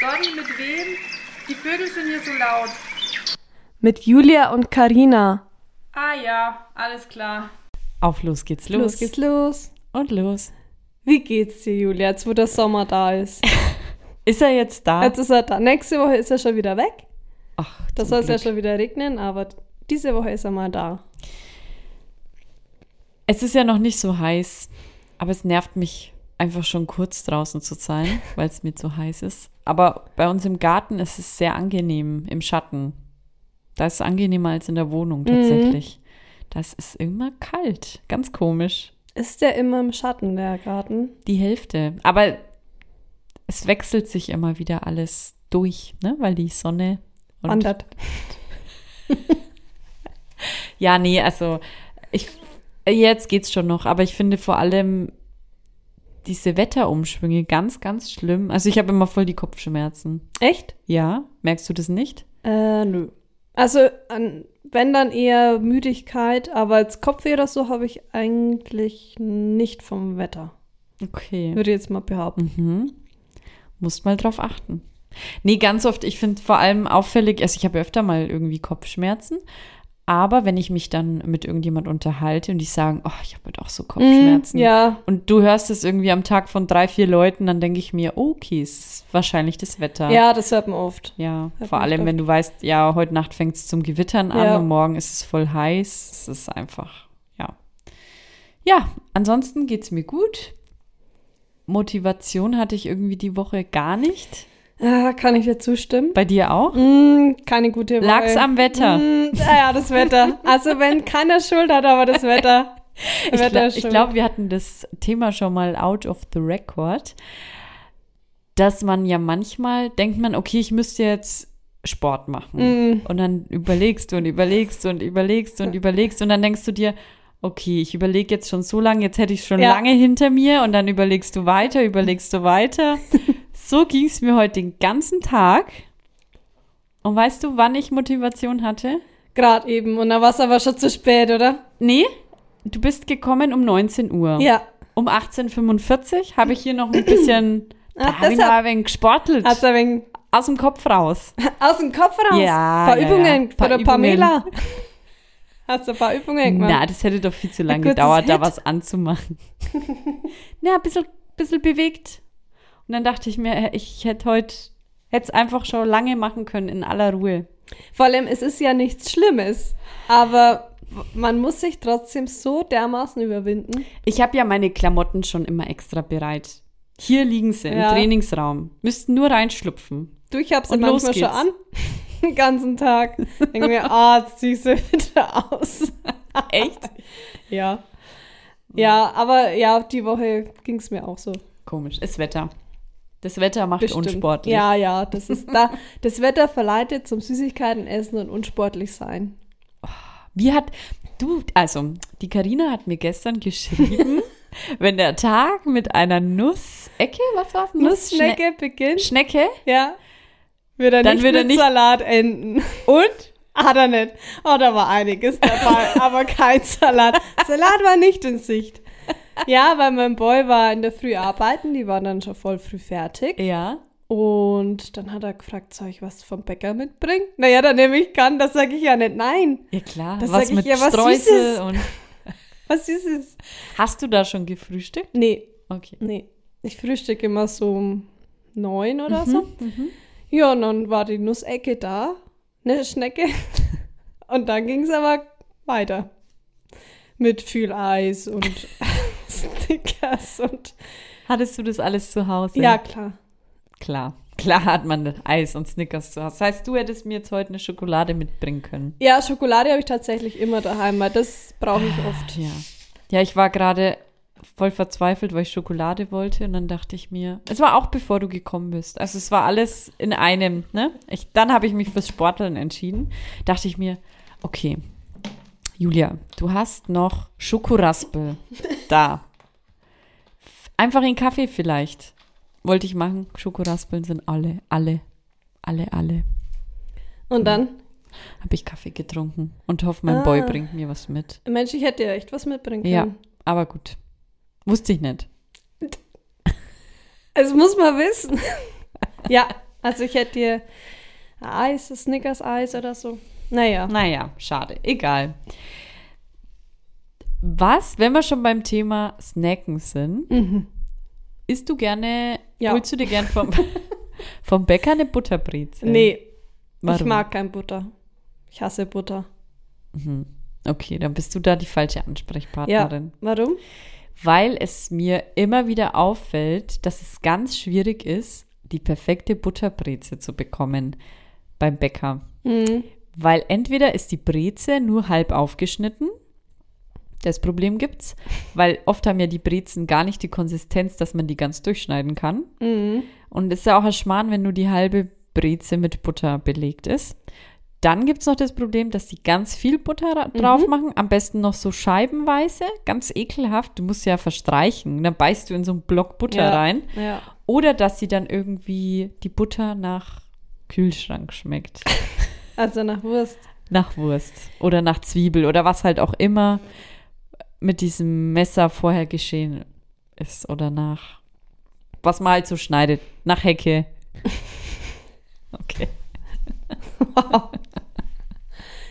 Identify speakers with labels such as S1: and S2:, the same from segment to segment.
S1: Mami, mit wem? Die Vögel sind hier so laut.
S2: Mit Julia und Karina.
S1: Ah ja, alles klar.
S3: Auf los geht's los.
S2: Los geht's los.
S3: Und los.
S2: Wie geht's dir, Julia, jetzt wo der Sommer da ist?
S3: Ist er jetzt da?
S2: Jetzt ist er da. Nächste Woche ist er schon wieder weg.
S3: Ach,
S2: Da
S3: zum
S2: soll es ja
S3: Glück.
S2: schon wieder regnen, aber diese Woche ist er mal da.
S3: Es ist ja noch nicht so heiß, aber es nervt mich einfach schon kurz draußen zu sein, weil es mir zu heiß ist. Aber bei uns im Garten ist es sehr angenehm im Schatten. Da ist es angenehmer als in der Wohnung tatsächlich. Das ist immer kalt, ganz komisch.
S2: Ist der immer im Schatten, der Garten?
S3: Die Hälfte. Aber es wechselt sich immer wieder alles durch, ne? Weil die Sonne und
S2: Wandert.
S3: Ja, nee, also ich jetzt geht's schon noch, aber ich finde vor allem diese Wetterumschwünge ganz, ganz schlimm. Also ich habe immer voll die Kopfschmerzen.
S2: Echt?
S3: Ja, merkst du das nicht?
S2: Äh, nö. Also, an, wenn dann eher Müdigkeit, aber als Kopfweh oder so habe ich eigentlich nicht vom Wetter.
S3: Okay.
S2: Würde ich jetzt mal behaupten.
S3: Mhm. Musst mal drauf achten. Nee, ganz oft, ich finde vor allem auffällig, also ich habe öfter mal irgendwie Kopfschmerzen, aber wenn ich mich dann mit irgendjemand unterhalte und die sagen, oh, ich habe heute auch so Kopfschmerzen.
S2: Hm, Ja,
S3: Und du hörst es irgendwie am Tag von drei, vier Leuten, dann denke ich mir, okay, es ist wahrscheinlich das Wetter.
S2: ja, das hört man oft.
S3: Ja,
S2: Hört
S3: vor
S2: man
S3: allem,
S2: oft.
S3: wenn du weißt, ja, heute Nacht fängt es zum Gewittern an
S2: Ja.
S3: und morgen ist es voll heiß. Es ist einfach, ja. Ja, ansonsten geht es mir gut. Motivation hatte ich irgendwie die Woche gar nicht.
S2: Ah, kann ich dir zustimmen?
S3: Bei dir auch?
S2: Mm, keine gute Wahl.
S3: Lag's am Wetter.
S2: Mm, ah ja, das Wetter. Also wenn keiner Schuld hat, aber das Wetter.
S3: Ich,
S2: Wetter
S3: gla-
S2: ist
S3: ich
S2: schuld.
S3: glaube, wir hatten das Thema schon mal out of the record, dass man ja manchmal denkt man, okay, ich müsste jetzt Sport
S2: Mm,
S3: machen. Und dann überlegst du und überlegst und überlegst und überlegst und dann denkst du dir, okay, ich überlege jetzt schon so lange, jetzt hätte ich schon
S2: Ja.
S3: lange hinter mir und dann überlegst du weiter, überlegst du weiter. so ging es mir heute den ganzen Tag. Und weißt du, wann ich Motivation hatte?
S2: Gerade eben. Und da war es aber schon zu spät, oder?
S3: Nee, du bist gekommen um 19 Uhr.
S2: Ja.
S3: Um 18.45 Uhr habe ich hier noch ein bisschen,
S2: Ah,
S3: da habe ich noch
S2: deshalb- Also
S3: ein wenig gesportelt.
S2: Hat's ein wenig
S3: aus dem Kopf raus.
S2: aus dem Kopf raus.
S3: Ja,
S2: paar
S3: ja,
S2: Übungen
S3: ja.
S2: von
S3: Paar
S2: der
S3: Übungen.
S2: Pamela. Hast du ein paar Übungen gemacht?
S3: Na, das hätte doch viel zu lange
S2: kurzes
S3: gedauert, da
S2: Hit.
S3: was anzumachen. Na, ein bisschen, bisschen bewegt. Und dann dachte ich mir, äh, ich hätte heute, hätte es einfach schon lange machen können, in aller Ruhe.
S2: Vor allem, es ist ja nichts Schlimmes. Aber man muss sich trotzdem so dermaßen überwinden.
S3: Ich habe ja meine Klamotten schon immer extra bereit. Hier liegen sie im
S2: Ja.
S3: Trainingsraum. Müssten nur reinschlüpfen.
S2: Du, ich hab's ja
S3: Und los
S2: manchmal schon
S3: geht's.
S2: an. Den ganzen Tag. Denke mir, ah, jetzt zieh ich sie wieder aus.
S3: Echt?
S2: Ja. Ja, aber ja, die Woche ging es mir auch so.
S3: Komisch. Das Wetter. Das Wetter macht
S2: Bestimmt.
S3: unsportlich.
S2: Ja, ja, das ist da. Das Wetter verleitet zum Süßigkeiten essen und unsportlich sein.
S3: Wie hat du, also die Karina hat mir gestern geschrieben, wenn der Tag mit einer Nussecke, was war's?
S2: Nussschnecke beginnt,
S3: Schnecke
S2: ja. Wird er
S3: Dann
S2: nicht
S3: wird er
S2: mit
S3: nicht-
S2: Salat enden. Und? Hat er nicht. Oh, da war einiges dabei, aber kein Salat. Salat war nicht in Sicht. Ja, weil mein Boy war in der Früh arbeiten, die waren dann schon voll früh fertig.
S3: Ja.
S2: Und dann hat er gefragt, soll ich was vom Bäcker mitbringen? Naja, dann nehme ich kann, das sage ich ja nicht nein.
S3: Ja klar,
S2: Das
S3: was
S2: sag ich
S3: mit
S2: ja, was
S3: Streusel
S2: Süßes.
S3: und
S2: Was ist es?
S3: Hast du da schon gefrühstückt?
S2: Nee,
S3: Okay.
S2: nee. Ich frühstücke immer so um neun oder
S3: Also? Mhm.
S2: so. Ja, und dann war die Nussecke da, eine Schnecke. Und dann ging es aber weiter. Mit viel Eis und Stickers und.
S3: Hattest du das alles zu Hause?
S2: Ja, klar.
S3: Klar. Klar hat man Eis und Snickers zu Hause. Das heißt, du hättest mir jetzt heute eine Schokolade mitbringen können.
S2: Ja, Schokolade habe ich tatsächlich immer daheim, weil das brauche
S3: Ah.
S2: ich oft.
S3: Ja. Ja, ich war gerade voll verzweifelt, weil ich Schokolade wollte und dann dachte ich mir, es war auch bevor du gekommen bist. Also es war alles in einem, ne? Ich, dann habe ich mich fürs Sporteln entschieden. Dachte ich mir, okay, Julia, du hast noch Schokoraspel da. Einfach in Kaffee vielleicht. Wollte ich machen. Schokoraspeln sind alle, alle, alle, alle.
S2: Und dann,
S3: Habe ich Kaffee getrunken und hoffe, mein
S2: Ah.
S3: Boy bringt mir was mit.
S2: Mensch, ich hätte ja echt was mitbringen können.
S3: Ja, aber gut. Wusste ich nicht.
S2: Es muss man wissen. ja, Also ich hätte dir Eis, Snickers-Eis oder so. Naja.
S3: Naja, schade, egal. Was, wenn wir schon beim Thema Snacken sind, isst du gerne,
S2: Mhm. Ja.
S3: holst du dir gern vom, vom Bäcker eine Butterbrezel?
S2: Nee, ich
S3: Warum?
S2: mag kein Butter. Ich hasse Butter.
S3: Okay, dann bist du da die falsche
S2: Ja.
S3: Ansprechpartnerin.
S2: Warum?
S3: Weil es mir immer wieder auffällt, dass es ganz schwierig ist, die perfekte Butterbreze zu bekommen beim Bäcker.
S2: Mhm.
S3: Weil entweder ist die Breze nur halb aufgeschnitten, das Problem gibt's, weil oft haben ja die Brezen gar nicht die Konsistenz, dass man die ganz durchschneiden kann.
S2: Mhm.
S3: Und ist ja auch ein Schmarrn, wenn nur die halbe Breze mit Butter belegt ist. Dann gibt's noch das Problem, dass die ganz viel Butter ra- drauf machen, am besten noch so scheibenweise, ganz ekelhaft. Du musst ja verstreichen, dann beißt du in so einen Block Butter
S2: Ja.
S3: rein.
S2: Ja.
S3: Oder dass sie dann irgendwie die Butter nach Kühlschrank schmeckt.
S2: Also nach Wurst.
S3: Nach Wurst oder nach Zwiebel oder was halt auch immer mit diesem Messer vorher geschehen ist oder nach was man halt so schneidet, nach Hecke. Okay.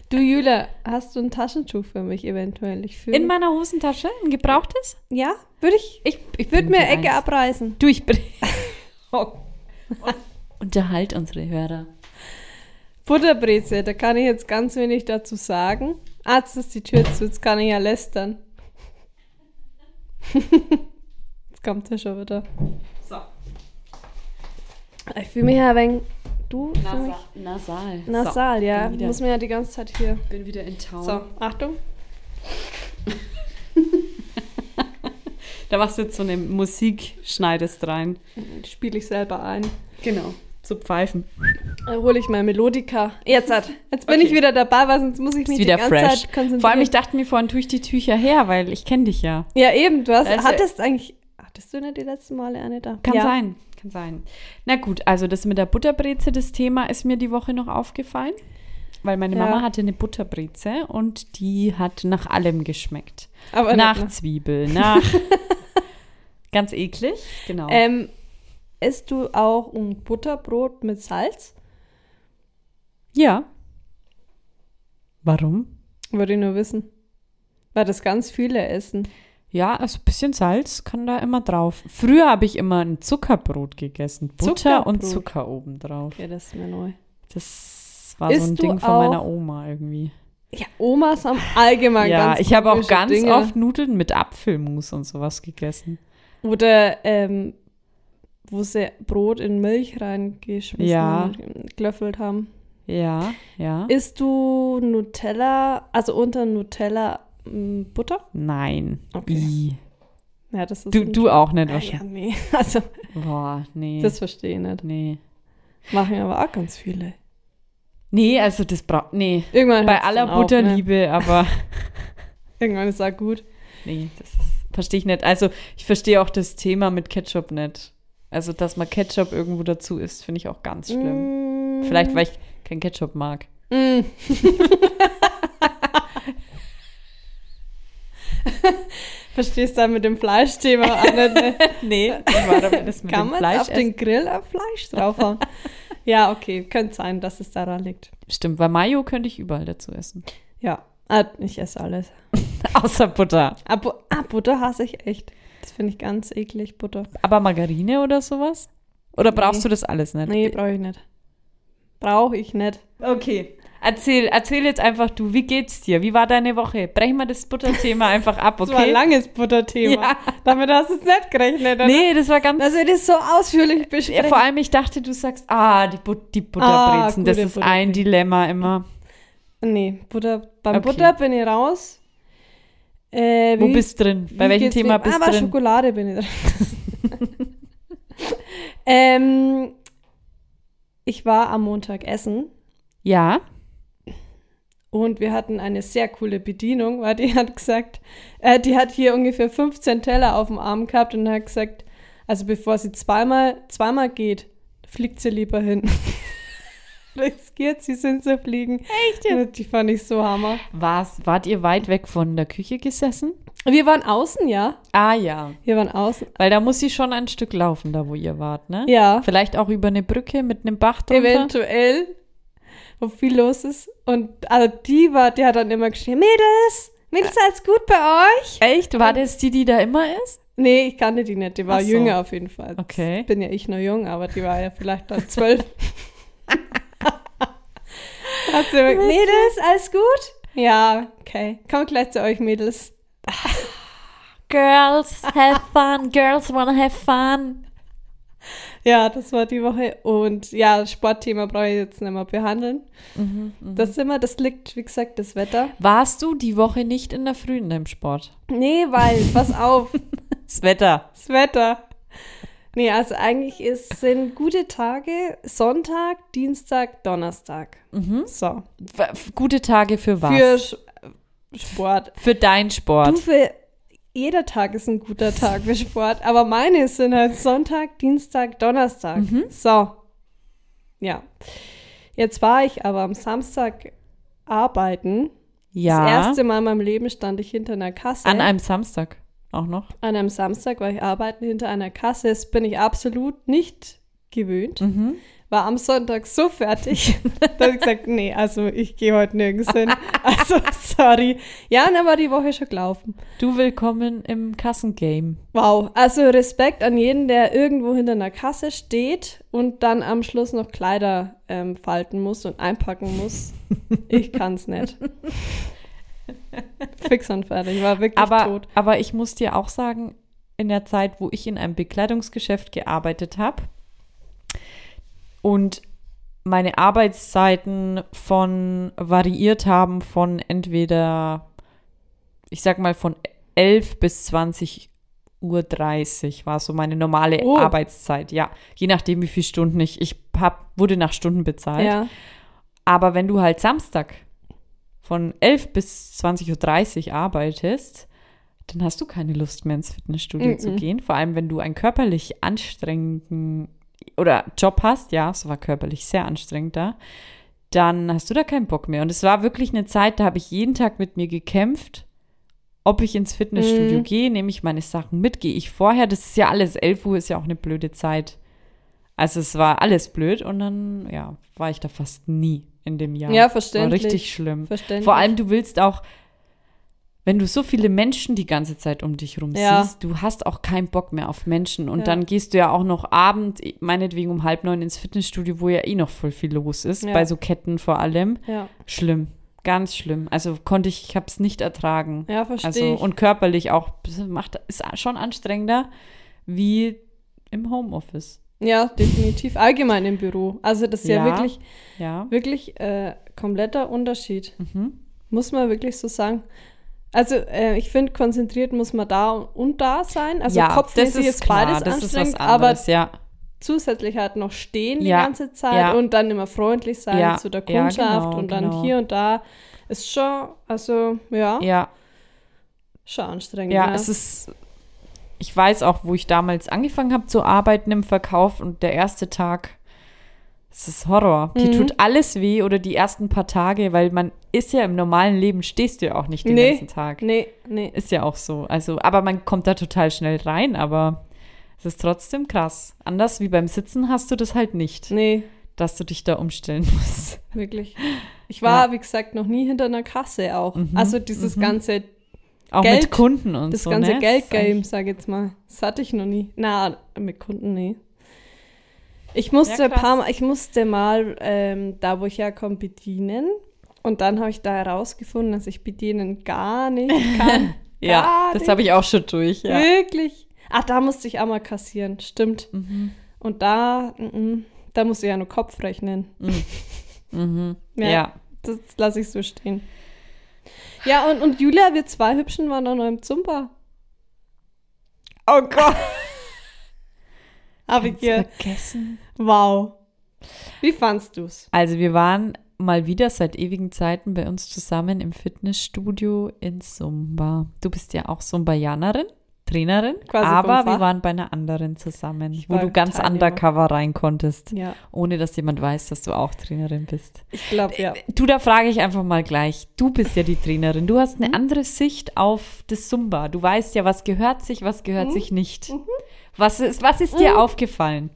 S2: Du, Jule, hast du ein Taschentuch für mich eventuell? Ich fühle.
S3: In meiner Hosentasche, ein gebrauchtes?
S2: ja, würde ich.
S3: Ich, ich
S2: Würde mir
S3: bring dir
S2: Ecke
S3: eins.
S2: abreißen.
S3: Du, ich bin. Unterhalt unsere Hörer.
S2: Butterbreze, da kann ich jetzt ganz wenig dazu sagen. Arzt ist die Tür zu, jetzt kann ich ja lästern. jetzt kommt er schon wieder.
S3: So,
S2: Ich fühle mich ja ein wenig. Du? fühl mich-
S3: nasal.
S2: Nasal, ja.
S3: Bin wieder,
S2: Muss mir ja die ganze Zeit hier.
S3: bin wieder in Town.
S2: So, Achtung.
S3: Da machst du jetzt so eine Musik, schneidest rein.
S2: Spiele ich selber ein.
S3: Genau. Zu pfeifen.
S2: Da hole ich mal Melodika. Jetzt, hat, jetzt bin
S3: Okay.
S2: ich wieder dabei, weil sonst muss ich mich
S3: Ist wieder
S2: die ganze
S3: fresh.
S2: Zeit konzentrieren.
S3: Vor allem, ich dachte mir vorhin, tue ich die Tücher her, weil ich kenne dich ja.
S2: ja, eben, du hast,
S3: Also-
S2: hattest eigentlich, hattest du nicht die letzten Male eine da?
S3: Kann
S2: ja.
S3: sein, kann sein. Na gut, also das mit der Butterbreze, das Thema ist mir die Woche noch aufgefallen, weil meine
S2: Ja.
S3: Mama hatte eine Butterbreze und die hat nach allem geschmeckt.
S2: Aber
S3: nach
S2: nicht, ne?
S3: Zwiebel, nach ganz eklig, genau.
S2: Ähm, isst du auch ein Butterbrot mit Salz?
S3: ja. Warum?
S2: Würde ich nur wissen. Weil das ganz viele essen.
S3: Ja, also ein bisschen Salz kann da immer drauf. Früher habe ich immer ein Zuckerbrot gegessen. Butter und
S2: Zuckerbrot.
S3: Zucker obendrauf.
S2: Ja, das ist mir neu.
S3: Das war so
S2: Isst
S3: ein
S2: du
S3: Ding von
S2: auch-
S3: meiner Oma irgendwie.
S2: Ja, Omas haben allgemein
S3: Ja,
S2: ganz
S3: ich habe auch
S2: komische
S3: ganz
S2: Dinge.
S3: oft Nudeln mit Apfelmus und sowas gegessen.
S2: Oder ähm, wo sie Brot in Milch reingeschmissen
S3: Ja.
S2: und gelöffelt haben.
S3: Ja, ja.
S2: Isst du Nutella, also unter Nutella m, Butter?
S3: Nein.
S2: Okay.
S3: I.
S2: Ja, das ist.
S3: Du,
S2: ein-
S3: du auch nicht
S2: Ah, ja,
S3: wahrscheinlich.
S2: nee. Also,
S3: Boah, nee.
S2: das verstehe ich nicht.
S3: nee.
S2: Machen aber auch ganz viele.
S3: Nee, also das braucht. Nee.
S2: Irgendwann
S3: Bei
S2: hört's
S3: aller
S2: dann auf, Ne?
S3: Butterliebe, aber
S2: Irgendwann ist auch gut.
S3: nee, das verstehe ich nicht. Also ich verstehe auch das Thema mit Ketchup nicht. Also, dass man Ketchup irgendwo dazu isst, finde ich auch ganz schlimm.
S2: Mm.
S3: Vielleicht, weil ich kein Ketchup mag.
S2: Mm. Verstehst du mit dem Fleischthema auch nicht, ne?
S3: Nee, warum das mit
S2: Kann
S3: dem
S2: man
S3: Fleisch
S2: auf den Grill auf Fleisch draufhauen? ja, okay, könnte sein, dass es daran liegt.
S3: Stimmt, weil Mayo könnte ich überall dazu essen.
S2: Ja, ah, ich esse alles.
S3: Außer Butter.
S2: Ah, Bu ah, Butter hasse ich echt. Das finde ich ganz eklig, Butter.
S3: Aber Margarine oder sowas? Oder brauchst
S2: Nee.
S3: du das alles nicht?
S2: Nee, brauche ich nicht. Brauche ich nicht.
S3: Okay. Erzähl, erzähl jetzt einfach du, wie geht's dir? Wie war deine Woche? Brech mal das Butterthema einfach ab,
S2: Das war ein
S3: okay?
S2: langes Butterthema.
S3: Ja.
S2: Damit hast du es nicht gerechnet. Oder?
S3: nee, das war ganz.
S2: Dass wir das so ausführlich
S3: ja,
S2: besprechen.
S3: vor allem, ich dachte, du sagst, ah, die, But die Butterbrezen,
S2: Ah,
S3: das
S2: gute
S3: ist ein
S2: Butterbrezen.
S3: Dilemma immer.
S2: nee, Butter, beim
S3: Okay.
S2: Butter bin ich raus. Äh,
S3: Wo
S2: wie-
S3: bist drin? Bei
S2: Wie
S3: welchem
S2: geht's
S3: Thema
S2: mir?
S3: bist
S2: ah, bei
S3: drin?
S2: Schokolade bin ich dran. ähm, ich war am Montag essen
S3: Ja.
S2: und wir hatten eine sehr coole Bedienung, weil die hat gesagt, äh, die hat hier ungefähr 15 Teller auf dem Arm gehabt und hat gesagt, also bevor sie zweimal, zweimal geht, fliegt sie lieber hin. Riskiert sie sind zu fliegen. Echt? Die fand ich so hammer.
S3: War's, wart ihr weit weg von der Küche gesessen?
S2: Wir waren außen, ja.
S3: Ah ja,
S2: Wir waren außen.
S3: weil da muss sie schon ein Stück laufen, da wo ihr wart, ne?
S2: Ja.
S3: Vielleicht auch über eine Brücke mit einem Bach drunter.
S2: eventuell, wo viel los ist. Und also die war, die hat dann immer geschrieben, Mädels, Mädels, alles gut bei euch?
S3: Echt? War das die, die da immer ist?
S2: Nee, ich kannte die nicht, die war
S3: Ach so.
S2: jünger auf jeden Fall.
S3: Okay.
S2: Bin ja ich noch jung, aber die war ja vielleicht dann zwölf. hat sie immer, Mädels, alles gut? Ja, okay. Komm gleich zu euch, Mädels.
S3: Girls have fun, girls wanna have fun.
S2: Ja, das war die Woche. Und ja, das Sportthema brauche ich jetzt nicht mehr behandeln.
S3: Mhm,
S2: Das immer, das liegt, wie gesagt, das Wetter.
S3: Warst du die Woche nicht in der Früh in deinem Sport?
S2: Nee, weil, pass auf,
S3: Das Wetter.
S2: Das Wetter. Nee, also eigentlich ist, sind gute Tage Sonntag, Dienstag, Donnerstag. So.
S3: W- f- Gute Tage für Mhm. was?
S2: Für Sch äh, Sport.
S3: Für deinen
S2: Du,
S3: Sport.
S2: für jeder Tag ist ein guter Tag für Sport, aber meine sind halt Sonntag, Dienstag, Donnerstag.
S3: Mhm.
S2: So. Ja. Jetzt war ich aber am Samstag arbeiten.
S3: ja.
S2: Das erste Mal in meinem Leben stand ich hinter einer Kasse.
S3: An einem Samstag auch noch.
S2: An einem Samstag war ich arbeiten hinter einer Kasse. Das bin ich absolut nicht gewöhnt. War am Sonntag so fertig, dass ich gesagt nee, also ich gehe heute nirgends hin. Also sorry. Ja, und dann war die Woche schon gelaufen.
S3: Du willkommen im Kassengame.
S2: Wow. Also Respekt an jeden, der irgendwo hinter einer Kasse steht und dann am Schluss noch Kleider ähm, falten muss und einpacken muss. Ich kann's nicht. Fix und fertig. War wirklich
S3: Aber,
S2: tot.
S3: aber ich muss dir auch sagen, in der Zeit, wo ich in einem Bekleidungsgeschäft gearbeitet habe und meine Arbeitszeiten von variiert haben von entweder, ich sag mal, von 11 bis 20 Uhr 30 war so meine normale
S2: Oh.
S3: Arbeitszeit, ja. Je nachdem, wie viele Stunden ich, ich hab, wurde nach Stunden bezahlt.
S2: Ja.
S3: Aber wenn du halt Samstag von 11 bis 20.30 Uhr arbeitest, dann hast du keine Lust mehr ins Fitnessstudio zu
S2: Mhm.
S3: gehen. Vor allem, wenn du einen körperlich anstrengenden oder Job hast, ja, es war körperlich sehr anstrengend da, dann hast du da keinen Bock mehr. Und es war wirklich eine Zeit, da habe ich jeden Tag mit mir gekämpft, ob ich ins Fitnessstudio
S2: Mhm.
S3: gehe, nehme ich meine Sachen mit, gehe ich vorher. Das ist ja alles, 11 Uhr ist ja auch eine blöde Zeit. Also es war alles blöd und dann, ja, war ich da fast nie in dem Jahr.
S2: Ja, verständlich.
S3: War richtig schlimm.
S2: Verständlich.
S3: Vor allem, du willst auch, wenn du so viele Menschen die ganze Zeit um dich rum
S2: Ja.
S3: siehst, du hast auch keinen Bock mehr auf Menschen. Und
S2: Ja.
S3: dann gehst du ja auch noch abend, meinetwegen um halb neun ins Fitnessstudio, wo ja eh noch voll viel los ist,
S2: Ja.
S3: bei so Ketten vor allem.
S2: Ja.
S3: Schlimm, ganz schlimm. Also konnte ich, ich habe es nicht ertragen.
S2: Ja, verstehe
S3: Also
S2: ich.
S3: und körperlich auch, Das macht, ist schon anstrengender wie im Homeoffice.
S2: Ja, definitiv. Allgemein im Büro. Also das ist ja,
S3: Ja.
S2: wirklich,
S3: Ja.
S2: wirklich äh, kompletter Unterschied.
S3: Mhm.
S2: Muss man wirklich so sagen. Also äh, ich finde, konzentriert muss man da und da sein. Also
S3: ja,
S2: kopfmäßig ist, beides
S3: das ist
S2: anstrengend,
S3: was
S2: aber
S3: anderes, ja.
S2: zusätzlich halt noch stehen die
S3: Ja,
S2: ganze Zeit
S3: ja.
S2: und dann immer freundlich sein
S3: Ja,
S2: zu der
S3: ja,
S2: Kundschaft
S3: genau,
S2: und dann
S3: genau.
S2: hier und da. Ist schon, also ja,
S3: Ja,
S2: schon anstrengend.
S3: Ja, es ist. Ich weiß auch, wo ich damals angefangen habe zu arbeiten im Verkauf und der erste Tag, es ist Horror. Die
S2: Mhm.
S3: tut alles weh oder die ersten paar Tage, weil man ist ja im normalen Leben stehst du ja auch nicht den
S2: Nee.
S3: ganzen Tag.
S2: nee, nee.
S3: Ist ja auch so. Also, aber man kommt da total schnell rein, aber es ist trotzdem krass. Anders wie beim Sitzen hast du das halt nicht,
S2: Nee,
S3: dass du dich da umstellen musst.
S2: wirklich. Ich war, wie gesagt, noch nie hinter einer Kasse auch. Also dieses ganze
S3: Auch
S2: Geld,
S3: mit Kunden Mhm. und
S2: Das
S3: so.
S2: ganze
S3: ne? Ist eigentlich-
S2: Geldgame, sag jetzt mal. Das hatte ich noch nie. Na, mit Kunden, nee. Ich musste
S3: Ja,
S2: ein
S3: krass.
S2: paar Mal, ich musste mal ähm, da, wo ich herkomme, bedienen. Und dann habe ich da herausgefunden, dass ich bedienen gar nicht kann.
S3: Ja,
S2: gar
S3: das
S2: nicht.
S3: habe ich auch schon durch. Ja.
S2: Wirklich. Ach, da musste ich auch mal kassieren, stimmt. Und da, mhm, da musste ich ja nur Kopf rechnen. Ja.
S3: Mhm. ja.
S2: Das lasse ich so stehen. Ja, und, und Julia, wir zwei Hübschen waren auch noch im Zumba.
S3: Oh Gott.
S2: Habe ich hier.
S3: vergessen.
S2: Wow. Wie fandst du's?
S3: Also wir waren mal wieder seit ewigen Zeiten bei uns zusammen im Fitnessstudio in Sumba. Du bist ja auch Sumbaianerin. Trainerin,
S2: Quasi vom
S3: aber
S2: Fach.
S3: wir waren bei einer anderen zusammen, wo
S2: war
S3: du ganz
S2: Teilnehmer.
S3: undercover rein konntest,
S2: Ja,
S3: ohne dass jemand weiß, dass du auch Trainerin bist.
S2: ich glaube, ja.
S3: Du, da frage ich einfach mal gleich. Du bist ja die Trainerin. Du hast
S2: Mhm.
S3: eine andere Sicht auf das Zumba. Du weißt ja, was gehört sich, was gehört
S2: Mhm.
S3: sich nicht. Was ist, was ist dir aufgefallen?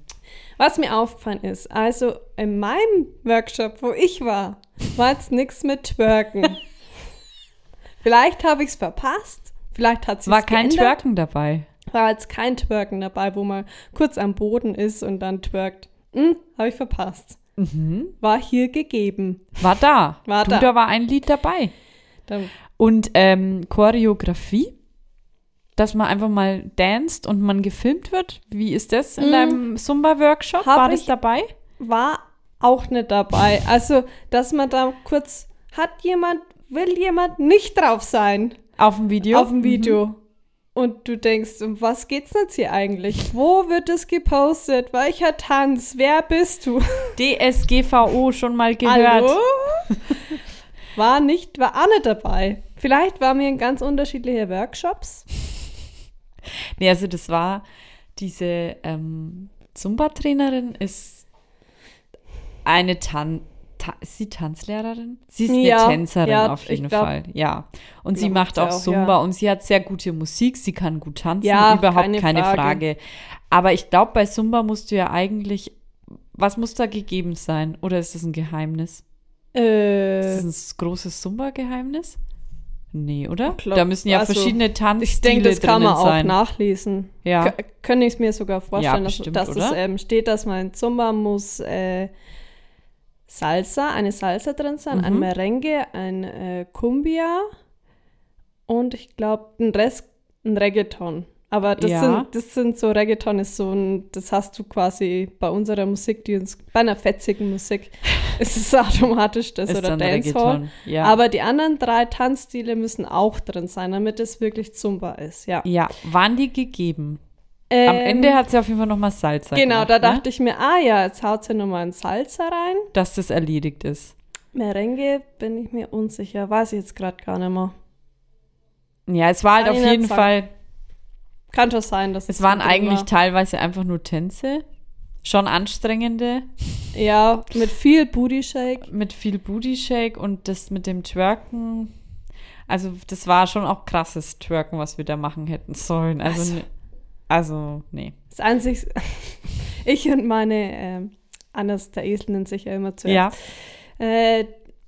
S2: Was mir aufgefallen ist, also in meinem Workshop, wo ich war, war jetzt nichts mit Twerken. vielleicht habe ich es verpasst, vielleicht hat sie
S3: War kein
S2: geändert.
S3: Twerken dabei.
S2: War jetzt kein Twerken dabei, wo man kurz am Boden ist und dann twerkt. Hm, habe ich verpasst. War hier gegeben.
S3: War da.
S2: War
S3: du,
S2: da.
S3: da war ein Lied dabei.
S2: Dann,
S3: Und ähm, Choreografie, dass man einfach mal danst und man gefilmt wird. Wie ist das in
S2: Mm.
S3: deinem Zumba-Workshop?
S2: Hab
S3: War das
S2: ich-
S3: dabei?
S2: war auch nicht dabei. Also, dass man da kurz, hat jemand, will jemand nicht drauf sein
S3: Auf dem Video? Mhm.
S2: auf dem Video. Und du denkst, um was geht's denn jetzt hier eigentlich? Wo wird es gepostet? Welcher Tanz? Wer bist du?
S3: DSGVO schon mal gehört.
S2: Hallo? War nicht, war auch nicht dabei. Vielleicht waren wir in ganz unterschiedliche Workshops.
S3: Nee, also das war diese ähm, Zumba-Trainerin ist eine Tan Ta ist sie Tanzlehrerin? Sie ist eine
S2: Ja,
S3: Tänzerin
S2: ja,
S3: auf
S2: ich
S3: jeden
S2: glaub,
S3: Fall, ja. Und sie macht
S2: macht sie
S3: auch
S2: auch,
S3: Zumba
S2: ja.
S3: und sie hat sehr gute Musik, sie kann gut tanzen,
S2: Ja,
S3: überhaupt keine,
S2: keine
S3: Frage.
S2: Frage.
S3: Aber ich glaube, bei Zumba musst du ja eigentlich, was muss da gegeben sein? Oder ist das ein Geheimnis?
S2: Äh,
S3: Ist das ein großes Zumba-Geheimnis? Nee, oder?
S2: Ich glaub,
S3: da müssen ja
S2: also,
S3: verschiedene Tanzstile
S2: ich denke, das
S3: drinnen
S2: kann man auch
S3: sein.
S2: nachlesen.
S3: Ja.
S2: Kö- Könnte ich es mir sogar vorstellen,
S3: bestimmt,
S2: dass, dass es
S3: oder?
S2: ähm, steht, dass man in Zumba muss äh, Salsa, eine Salsa drin sein, ein
S3: Mhm.
S2: Merengue, ein äh, Cumbia und ich glaube ein, Res- ein Reggaeton. Aber das,
S3: Ja.
S2: sind, das sind so, Reggaeton ist so ein, das hast du quasi bei unserer Musik, die uns, bei einer fetzigen Musik, ist es automatisch das
S3: Ist
S2: oder
S3: dann
S2: Dancehall.
S3: Reggaeton, ja.
S2: Aber die anderen drei Tanzstile müssen auch drin sein, damit es wirklich Zumba ist, ja.
S3: Ja, waren die gegeben? Am
S2: Ähm,
S3: Ende hat sie auf jeden Fall nochmal Salsa
S2: Genau,
S3: gemacht,
S2: da dachte
S3: ne?
S2: ich mir, ah ja, jetzt haut sie nochmal ein Salsa rein.
S3: ich, dass das erledigt ist.
S2: Merengue bin ich mir unsicher, weiß ich jetzt gerade gar nicht mehr.
S3: Ja, es war halt
S2: Kann
S3: auf
S2: ich nicht
S3: jeden
S2: sagen.
S3: Fall,
S2: Kann schon sein, dass
S3: es waren
S2: mit drin
S3: eigentlich
S2: war.
S3: teilweise einfach nur Tänze, schon anstrengende,
S2: Ja, mit viel Booty Shake.
S3: mit viel Booty Shake und das mit dem Twerken. Also, das war schon auch krasses Twerken, was wir da machen hätten sollen. Also,
S2: Also.
S3: ne- also nee.
S2: Das einzig, ich und meine, ähm, Anders der Esel nennt sich ja immer zuerst. Ja. Äh,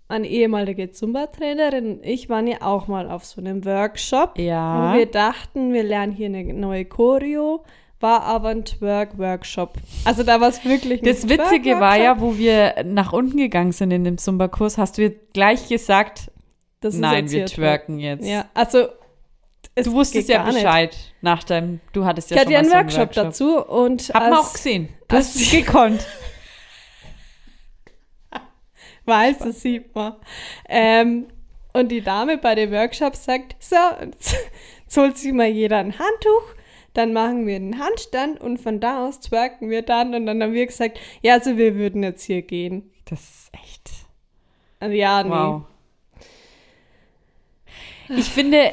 S2: eine ehemalige Zumba-Trainerin und ich waren ja auch mal auf so einem Workshop.
S3: Ja.
S2: Und wir dachten, wir lernen hier eine neue Choreo, war aber ein Twerk-Workshop. Also da war es wirklich ein
S3: Das Witzige war
S2: Twerk-Workshop.
S3: ja, wo wir nach unten gegangen sind in dem Zumba-Kurs, hast du jetzt gleich gesagt,
S2: Das ist
S3: nein,
S2: jetzt
S3: wir
S2: hier
S3: twerken jetzt.
S2: Ja, also es
S3: Du wusstest
S2: geht
S3: ja
S2: gar nicht.
S3: Bescheid nach deinem, du hattest ja
S2: Ich hatte
S3: schon
S2: ja
S3: mal
S2: einen
S3: so einen
S2: Workshop, dazu und
S3: Hat man auch
S2: als,
S3: gesehen. Du hast es gekonnt.
S2: weiß, das sieht man. Ähm, und die Dame bei dem Workshop sagt, so, jetzt holt sich mal jeder ein Handtuch, dann machen wir einen Handstand und von da aus twerken wir dann. Und dann haben wir gesagt, ja, also wir würden jetzt hier gehen.
S3: Das ist echt.
S2: Also, ja, nee.
S3: Wow. Ich finde,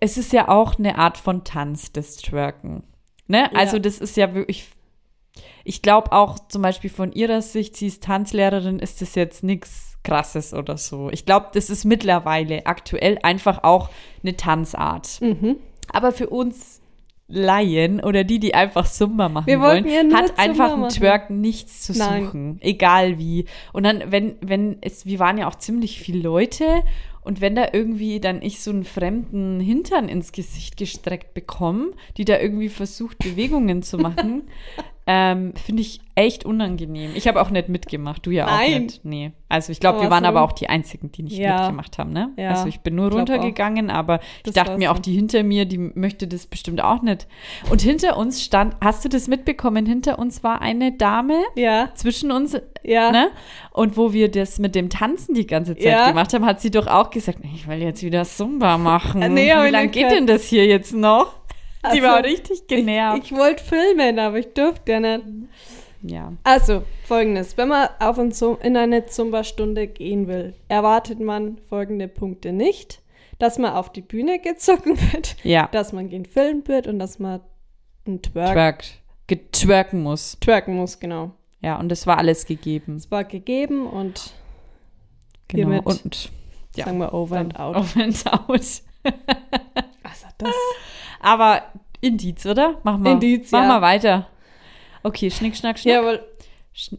S3: es ist ja auch eine Art von Tanz, das Twerken. Ne?
S2: Ja.
S3: Also, das ist ja wirklich. Ich glaube auch zum Beispiel von ihrer Sicht, sie ist Tanzlehrerin, ist das jetzt nichts Krasses oder so. Ich glaube, das ist mittlerweile aktuell einfach auch eine Tanzart.
S2: Mhm.
S3: Aber für uns Laien oder die, die einfach Zumba machen
S2: Wir
S3: wollen,
S2: wollten ja nur
S3: hat
S2: Zumba
S3: einfach ein
S2: machen.
S3: Twerken nichts zu
S2: Nein.
S3: suchen. Egal wie. Und dann, wenn, wenn es, wir waren ja auch ziemlich viele Leute und wenn da irgendwie dann ich so einen fremden Hintern ins Gesicht gestreckt bekomme, die da irgendwie versucht, Bewegungen zu machen, ähm, finde ich echt unangenehm. Ich habe auch nicht mitgemacht, du ja auch
S2: Nein.
S3: nicht. Nee. Also ich glaube, wir
S2: Aber
S3: waren
S2: so-
S3: aber auch die Einzigen, die nicht
S2: Ja.
S3: mitgemacht haben, ne?
S2: Ja,
S3: Also ich bin nur
S2: ich glaub auch.
S3: runtergegangen, aber ich
S2: Das
S3: dachte
S2: war's
S3: mir auch,
S2: dann.
S3: die hinter mir, die möchte das bestimmt auch nicht. Und hinter uns stand, hast du das mitbekommen? Hinter uns war eine Dame
S2: Ja,
S3: zwischen uns,
S2: ja.
S3: ne? Und wo wir das mit dem Tanzen die ganze Zeit
S2: Ja.
S3: gemacht haben, hat sie doch auch gesagt, ich will jetzt wieder Zumba machen.
S2: Äh, nee, hab
S3: Wie
S2: ich
S3: lange
S2: nicht
S3: geht
S2: gehört.
S3: denn das hier jetzt noch?
S2: Also,
S3: die war richtig genervt.
S2: Ich wollte filmen, aber ich durfte ja nicht.
S3: ja.
S2: Also, folgendes. Wenn man auf ein Zum in eine Zumba-Stunde gehen will, erwartet man folgende Punkte nicht. dass man auf die Bühne gezogen wird,
S3: Ja,
S2: dass man gefilmt wird und dass man ein Twerk,
S3: twerkt. Getwerken muss.
S2: twerken muss, genau.
S3: Ja, und das war alles gegeben.
S2: Es war gegeben und
S3: Genau.
S2: Hiermit
S3: Und Ja,
S2: sagen wir over
S3: dann
S2: and out.
S3: Auf and out.
S2: Also das.
S3: Aber Indiz, oder? Mach mal.
S2: Indiz,
S3: Mach
S2: ja.
S3: mal weiter. Okay, Schnick, Schnack, Schnuck.
S2: Ja, weil
S3: Schn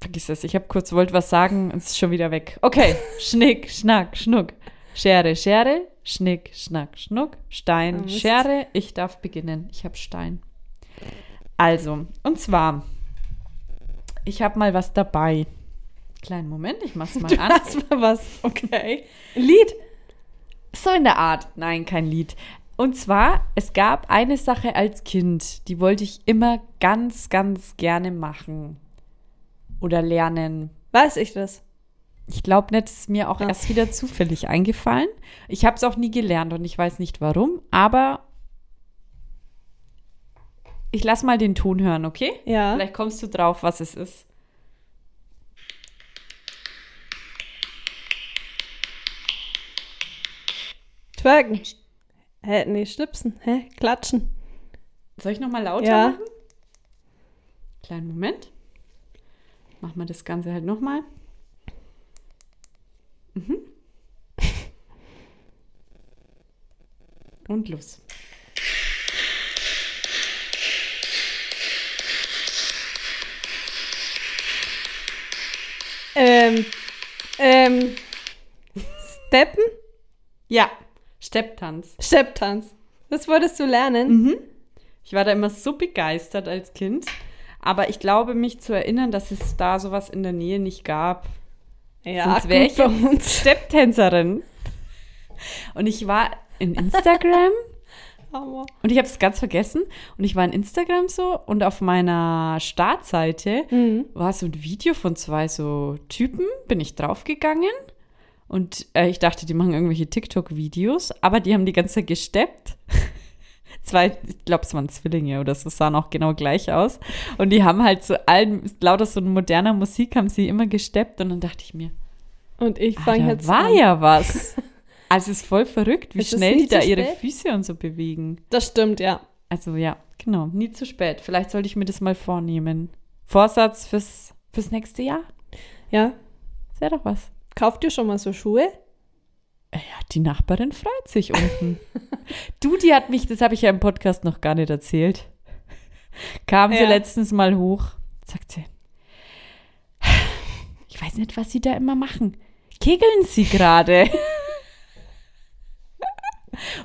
S3: Vergiss es, ich habe kurz wollte was sagen und es ist schon wieder weg. Okay, Schnick, Schnack, Schnuck. Schere, Schere, Schnick, Schnack, Schnuck.
S2: Ah,
S3: Stein,
S2: Mist.
S3: Schere. Ich darf beginnen. Ich habe Stein. Also, und zwar, ich habe mal was dabei. Kleinen Moment, ich mach's mal
S2: du
S3: an.
S2: hast mal was. Okay. Lied.
S3: So in der Art. Nein, kein Lied. Und zwar, es gab eine Sache als Kind, die wollte ich immer ganz, ganz gerne machen. Oder lernen.
S2: Weiß ich das?
S3: Ich glaube nicht, es ist mir auch
S2: Ah.
S3: erst wieder zufällig eingefallen. Ich habe es auch nie gelernt und ich weiß nicht warum, aber ich lass mal den Ton hören, okay?
S2: Ja.
S3: Vielleicht kommst du drauf, was es ist.
S2: Twerken. Hä, nee, schnipsen. Hä, klatschen.
S3: Soll ich nochmal lauter
S2: Ja.
S3: machen? Kleinen Moment. Machen wir das Ganze halt Mhm. nochmal. Mhm. Und los.
S2: Ähm, ähm, Steppen?
S3: Ja, Stepptanz.
S2: Stepptanz. Das wolltest du lernen?
S3: Mhm. Ich war da immer so begeistert als Kind. Aber ich glaube, mich zu erinnern, dass es da sowas in der Nähe nicht gab. Sonst wäre
S2: gut
S3: ich
S2: bei
S3: jetzt
S2: uns.
S3: Stepptänzerin. Und ich war in Instagram
S2: Aua.
S3: und ich habe es ganz vergessen. Und ich war in Instagram so und auf meiner Startseite
S2: Mhm.
S3: war so ein Video von zwei so Typen, bin ich draufgegangen. Und äh, ich dachte, die machen irgendwelche TikTok-Videos, aber die haben die ganze Zeit gesteppt. Zwei, ich glaube, es waren Zwillinge oder so, sahen auch genau gleich aus. Und die haben halt so allen, lauter so moderner Musik haben sie immer gesteppt. Und dann dachte ich mir,
S2: Und ich
S3: ah,
S2: fange
S3: da
S2: jetzt
S3: war
S2: an.
S3: ja was. Also es ist voll verrückt, wie
S2: Es ist
S3: schnell
S2: nie
S3: die da
S2: zu
S3: ihre
S2: spät.
S3: Füße und so bewegen.
S2: Das stimmt, ja.
S3: Also ja, genau, nie zu spät. Vielleicht sollte ich mir das mal vornehmen. Vorsatz fürs, fürs nächste Jahr?
S2: Ja.
S3: Das wäre doch was. Äh,
S2: Kauft ihr schon mal so Schuhe?
S3: Ja, die Nachbarin freut sich unten. du, die hat mich, das habe ich ja im Podcast noch gar nicht erzählt. Kam sie
S2: Ja.
S3: letztens mal hoch, sagt sie. Ich weiß nicht, was sie da immer machen. Kegeln sie gerade.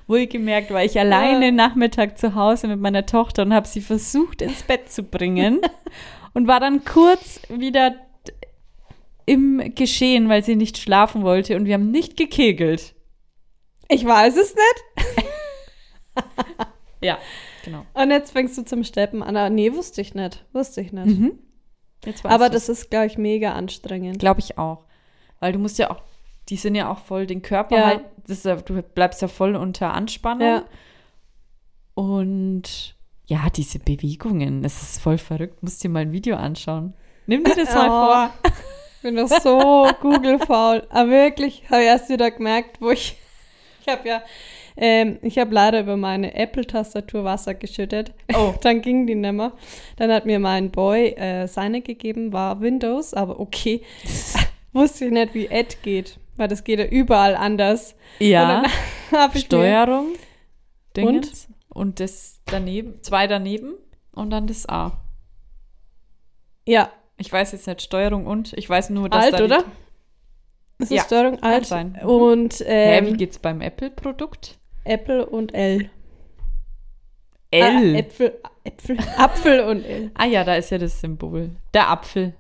S3: Wohlgemerkt war ich alleine
S2: Ja.
S3: Nachmittag zu Hause mit meiner Tochter und habe sie versucht ins Bett zu bringen und war dann kurz wieder im Geschehen, weil sie nicht schlafen wollte und wir haben nicht gekegelt.
S2: Ich weiß es nicht.
S3: Ja, genau.
S2: Und jetzt fängst du zum Steppen an. Ah, Nee, wusste ich nicht. Wusste ich nicht.
S3: Mhm. Jetzt
S2: Aber das ist, glaube ich, mega anstrengend.
S3: glaube ich auch, weil du musst ja auch, die sind ja auch voll den Körper
S2: Ja.
S3: halt, das ist ja, du bleibst ja voll unter Anspannung
S2: Ja.
S3: und ja, diese Bewegungen, es ist voll verrückt. Musst dir mal ein Video anschauen. Nimm dir das mal vor.
S2: Oh, Ich bin doch so Google-faul. Aber wirklich, habe ich erst wieder gemerkt, wo ich. Ich habe ja. Ähm, ich habe leider über meine Apple-Tastatur Wasser geschüttet.
S3: Oh.
S2: Dann ging die nimmer. Dann hat mir mein Boy äh, seine gegeben, war Windows, aber okay. Wusste ich nicht, wie Ad geht, weil das geht ja überall anders.
S3: Ja,
S2: Und dann hab ich mir-
S3: Steuerung, Dingens und? das daneben, zwei daneben und dann das A.
S2: Ja,
S3: Ich weiß jetzt nicht Steuerung und, ich weiß nur, dass
S2: alt,
S3: da
S2: oder?
S3: Die,
S2: Ist
S3: Ja,
S2: die Steuerung alt?
S3: sein. Mhm.
S2: Und
S3: Hä,
S2: ähm,
S3: wie geht's beim Apple-Produkt?
S2: Apple und L.
S3: L.
S2: Ah, Äpfel, Äpfel, Apfel und L.
S3: Ah ja, da ist ja das Symbol. Der Apfel.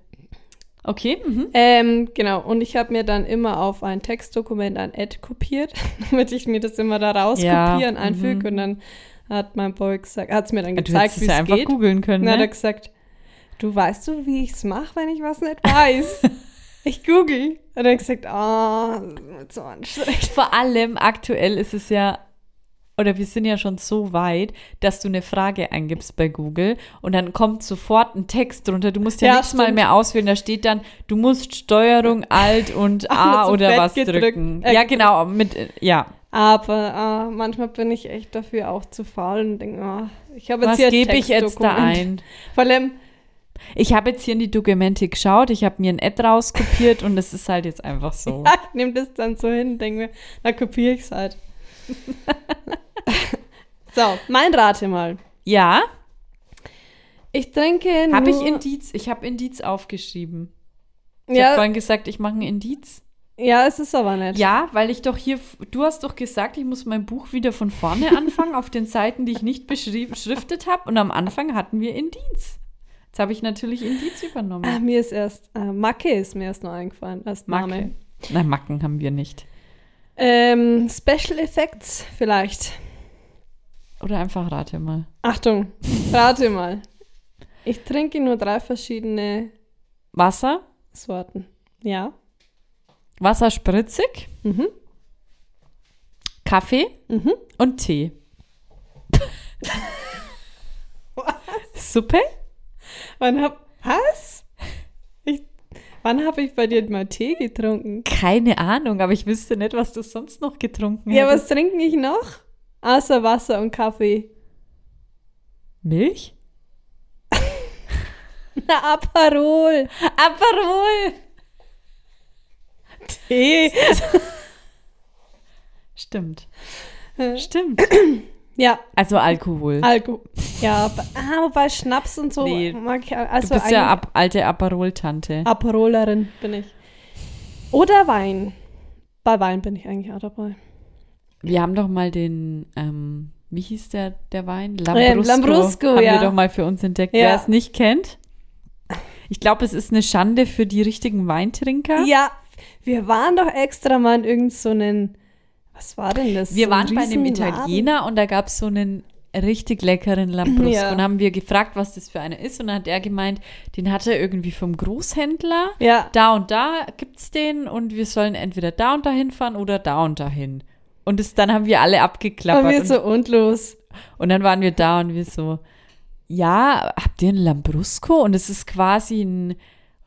S3: Okay. Mhm.
S2: Ähm, genau, und ich habe mir dann immer auf ein Textdokument ein Ad kopiert, damit ich mir das immer da
S3: Ja,
S2: rauskopieren,
S3: mhm.
S2: einfüge und dann hat mein Boy gesagt, hat es mir
S3: Ja,
S2: dann
S3: du
S2: gezeigt,
S3: hättest
S2: wie
S3: es ja
S2: es
S3: einfach
S2: geht. Und
S3: googeln können.
S2: dann hat er
S3: Ne?
S2: gesagt, du weißt du, wie ich es mache, wenn ich was nicht weiß? ich google. Und dann hat er gesagt, ah, das ist mir so anstrengend.
S3: Vor allem aktuell ist es ja oder wir sind ja schon so weit, dass du eine Frage eingibst bei Google und dann kommt sofort ein Text drunter. Du musst ja,
S2: Ja,
S3: nichts mal
S2: stimmt.
S3: mehr auswählen. Da steht dann, du musst Steuerung Alt und A
S2: Alles auf
S3: oder
S2: Fett
S3: was
S2: gedrückt.
S3: drücken.
S2: Äh,
S3: ja, genau. Mit, äh, ja.
S2: Aber äh, manchmal bin ich echt dafür auch zu faul und denke, oh, ich habe jetzt
S3: Was
S2: hier ein
S3: gebe ich jetzt da ein?
S2: Textdokument. Vor allem,
S3: Ich habe jetzt hier in die Dokumente geschaut, ich habe mir ein Ad rauskopiert und es ist halt jetzt einfach so.
S2: ja, ich nehme das dann so hin, denke mir, na kopiere ich es halt. so, mein Rate mal.
S3: Ja,
S2: Ich trinke nur...
S3: habe ich Indiz, ich habe Indiz aufgeschrieben. Ich habe
S2: ja,
S3: vorhin gesagt, ich mache ein Indiz.
S2: ja, es ist aber nicht.
S3: Ja, weil ich doch hier, f- du hast doch gesagt, ich muss mein Buch wieder von vorne anfangen, auf den Seiten, die ich nicht beschrieb- beschriftet habe. Und am Anfang hatten wir Indiz. Jetzt habe ich natürlich Indiz
S2: Ah,
S3: übernommen.
S2: mir ist erst, äh, Macke ist mir erst noch eingefallen als Name.
S3: Macke. Nein, Macken haben wir nicht.
S2: Ähm, Special Effects vielleicht.
S3: Oder einfach rate mal.
S2: Achtung, rate mal. Ich trinke nur drei verschiedene
S3: Wasser?
S2: Sorten. Ja.
S3: Wasser spritzig?
S2: Mhm.
S3: Kaffee
S2: Mhm.
S3: und Tee. Suppe?
S2: Wann hab. Was? Ich, wann habe ich bei dir mal Tee getrunken?
S3: Keine Ahnung, aber ich wüsste nicht, was du sonst noch getrunken
S2: Ja, was
S3: hättest.
S2: trinke ich noch? Außer Wasser und Kaffee.
S3: Milch?
S2: Na, Aperol.
S3: Aperol!
S2: Tee.
S3: Stimmt.
S2: Äh.
S3: Stimmt.
S2: Ja,
S3: Also Alkohol.
S2: Alkohol. Ja, aber- ah, wobei Schnaps und so
S3: Nee,
S2: mag ich.
S3: du
S2: Also
S3: bist ja
S2: eigentlich-
S3: ab, alte Aperol-Tante.
S2: Aperolerin bin ich. Oder Wein. Bei Wein bin ich eigentlich auch dabei.
S3: Wir haben doch mal den, ähm, wie hieß der, der Wein?
S2: Ähm, Lambrusco,
S3: haben
S2: ja.
S3: wir doch mal für uns entdeckt.
S2: Ja.
S3: Wer es nicht kennt, ich glaube, es ist eine Schande für die richtigen Weintrinker.
S2: Ja, wir waren doch extra mal in irgendeinen, so einen- was war denn das?
S3: Wir
S2: So ein
S3: waren bei einem
S2: Riesenladen.
S3: Italiener und da gab es so einen richtig leckeren Lambrusco
S2: Ja.
S3: und haben wir gefragt, was das für einer ist und dann hat er gemeint, den hat er irgendwie vom Großhändler.
S2: Ja,
S3: Da und da gibt's den und wir sollen entweder da und dahin fahren oder da und dahin. Und das, dann haben wir alle
S2: da
S3: abgeklappert
S2: wir
S3: und,
S2: so und los.
S3: und dann waren wir da und wir so, ja, habt ihr einen Lambrusco? Und es ist quasi ein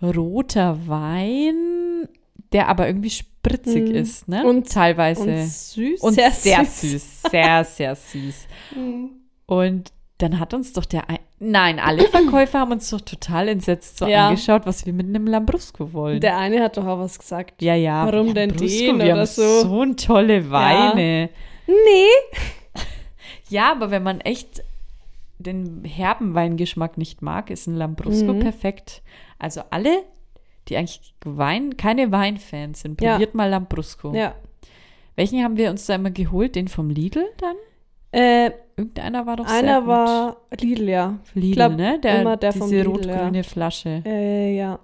S3: roter Wein, der aber irgendwie spritzig
S2: Mm.
S3: ist, ne?
S2: Und-
S3: teilweise
S2: Und süß.
S3: und sehr, süß. sehr, sehr süß.
S2: Mhm.
S3: Und dann hat uns doch der, ein nein, alle Verkäufer haben uns doch total entsetzt so
S2: Ja.
S3: angeschaut, was wir mit einem Lambrusco wollen.
S2: Der eine hat doch auch was gesagt.
S3: ja, ja.
S2: Warum denn
S3: Lambrusco,
S2: den
S3: wir
S2: oder
S3: haben
S2: so?
S3: So ein tolle Weine.
S2: Nee.
S3: Ja. aber wenn man echt den herben Weingeschmack nicht mag, ist ein Lambrusco
S2: Mhm.
S3: perfekt. Also alle, die eigentlich Wein, keine Weinfans sind,
S2: Ja.
S3: probiert mal Lambrusco.
S2: Ja.
S3: Welchen haben wir uns da immer geholt? Den vom Lidl dann?
S2: Äh,
S3: Irgendeiner war doch sehr
S2: einer
S3: gut.
S2: war Lidl, ja.
S3: Lidl,
S2: Glaub,
S3: ne? Der,
S2: immer der vom
S3: diese
S2: Lidl, ja.
S3: rot-grüne Flasche.
S2: Äh, ja.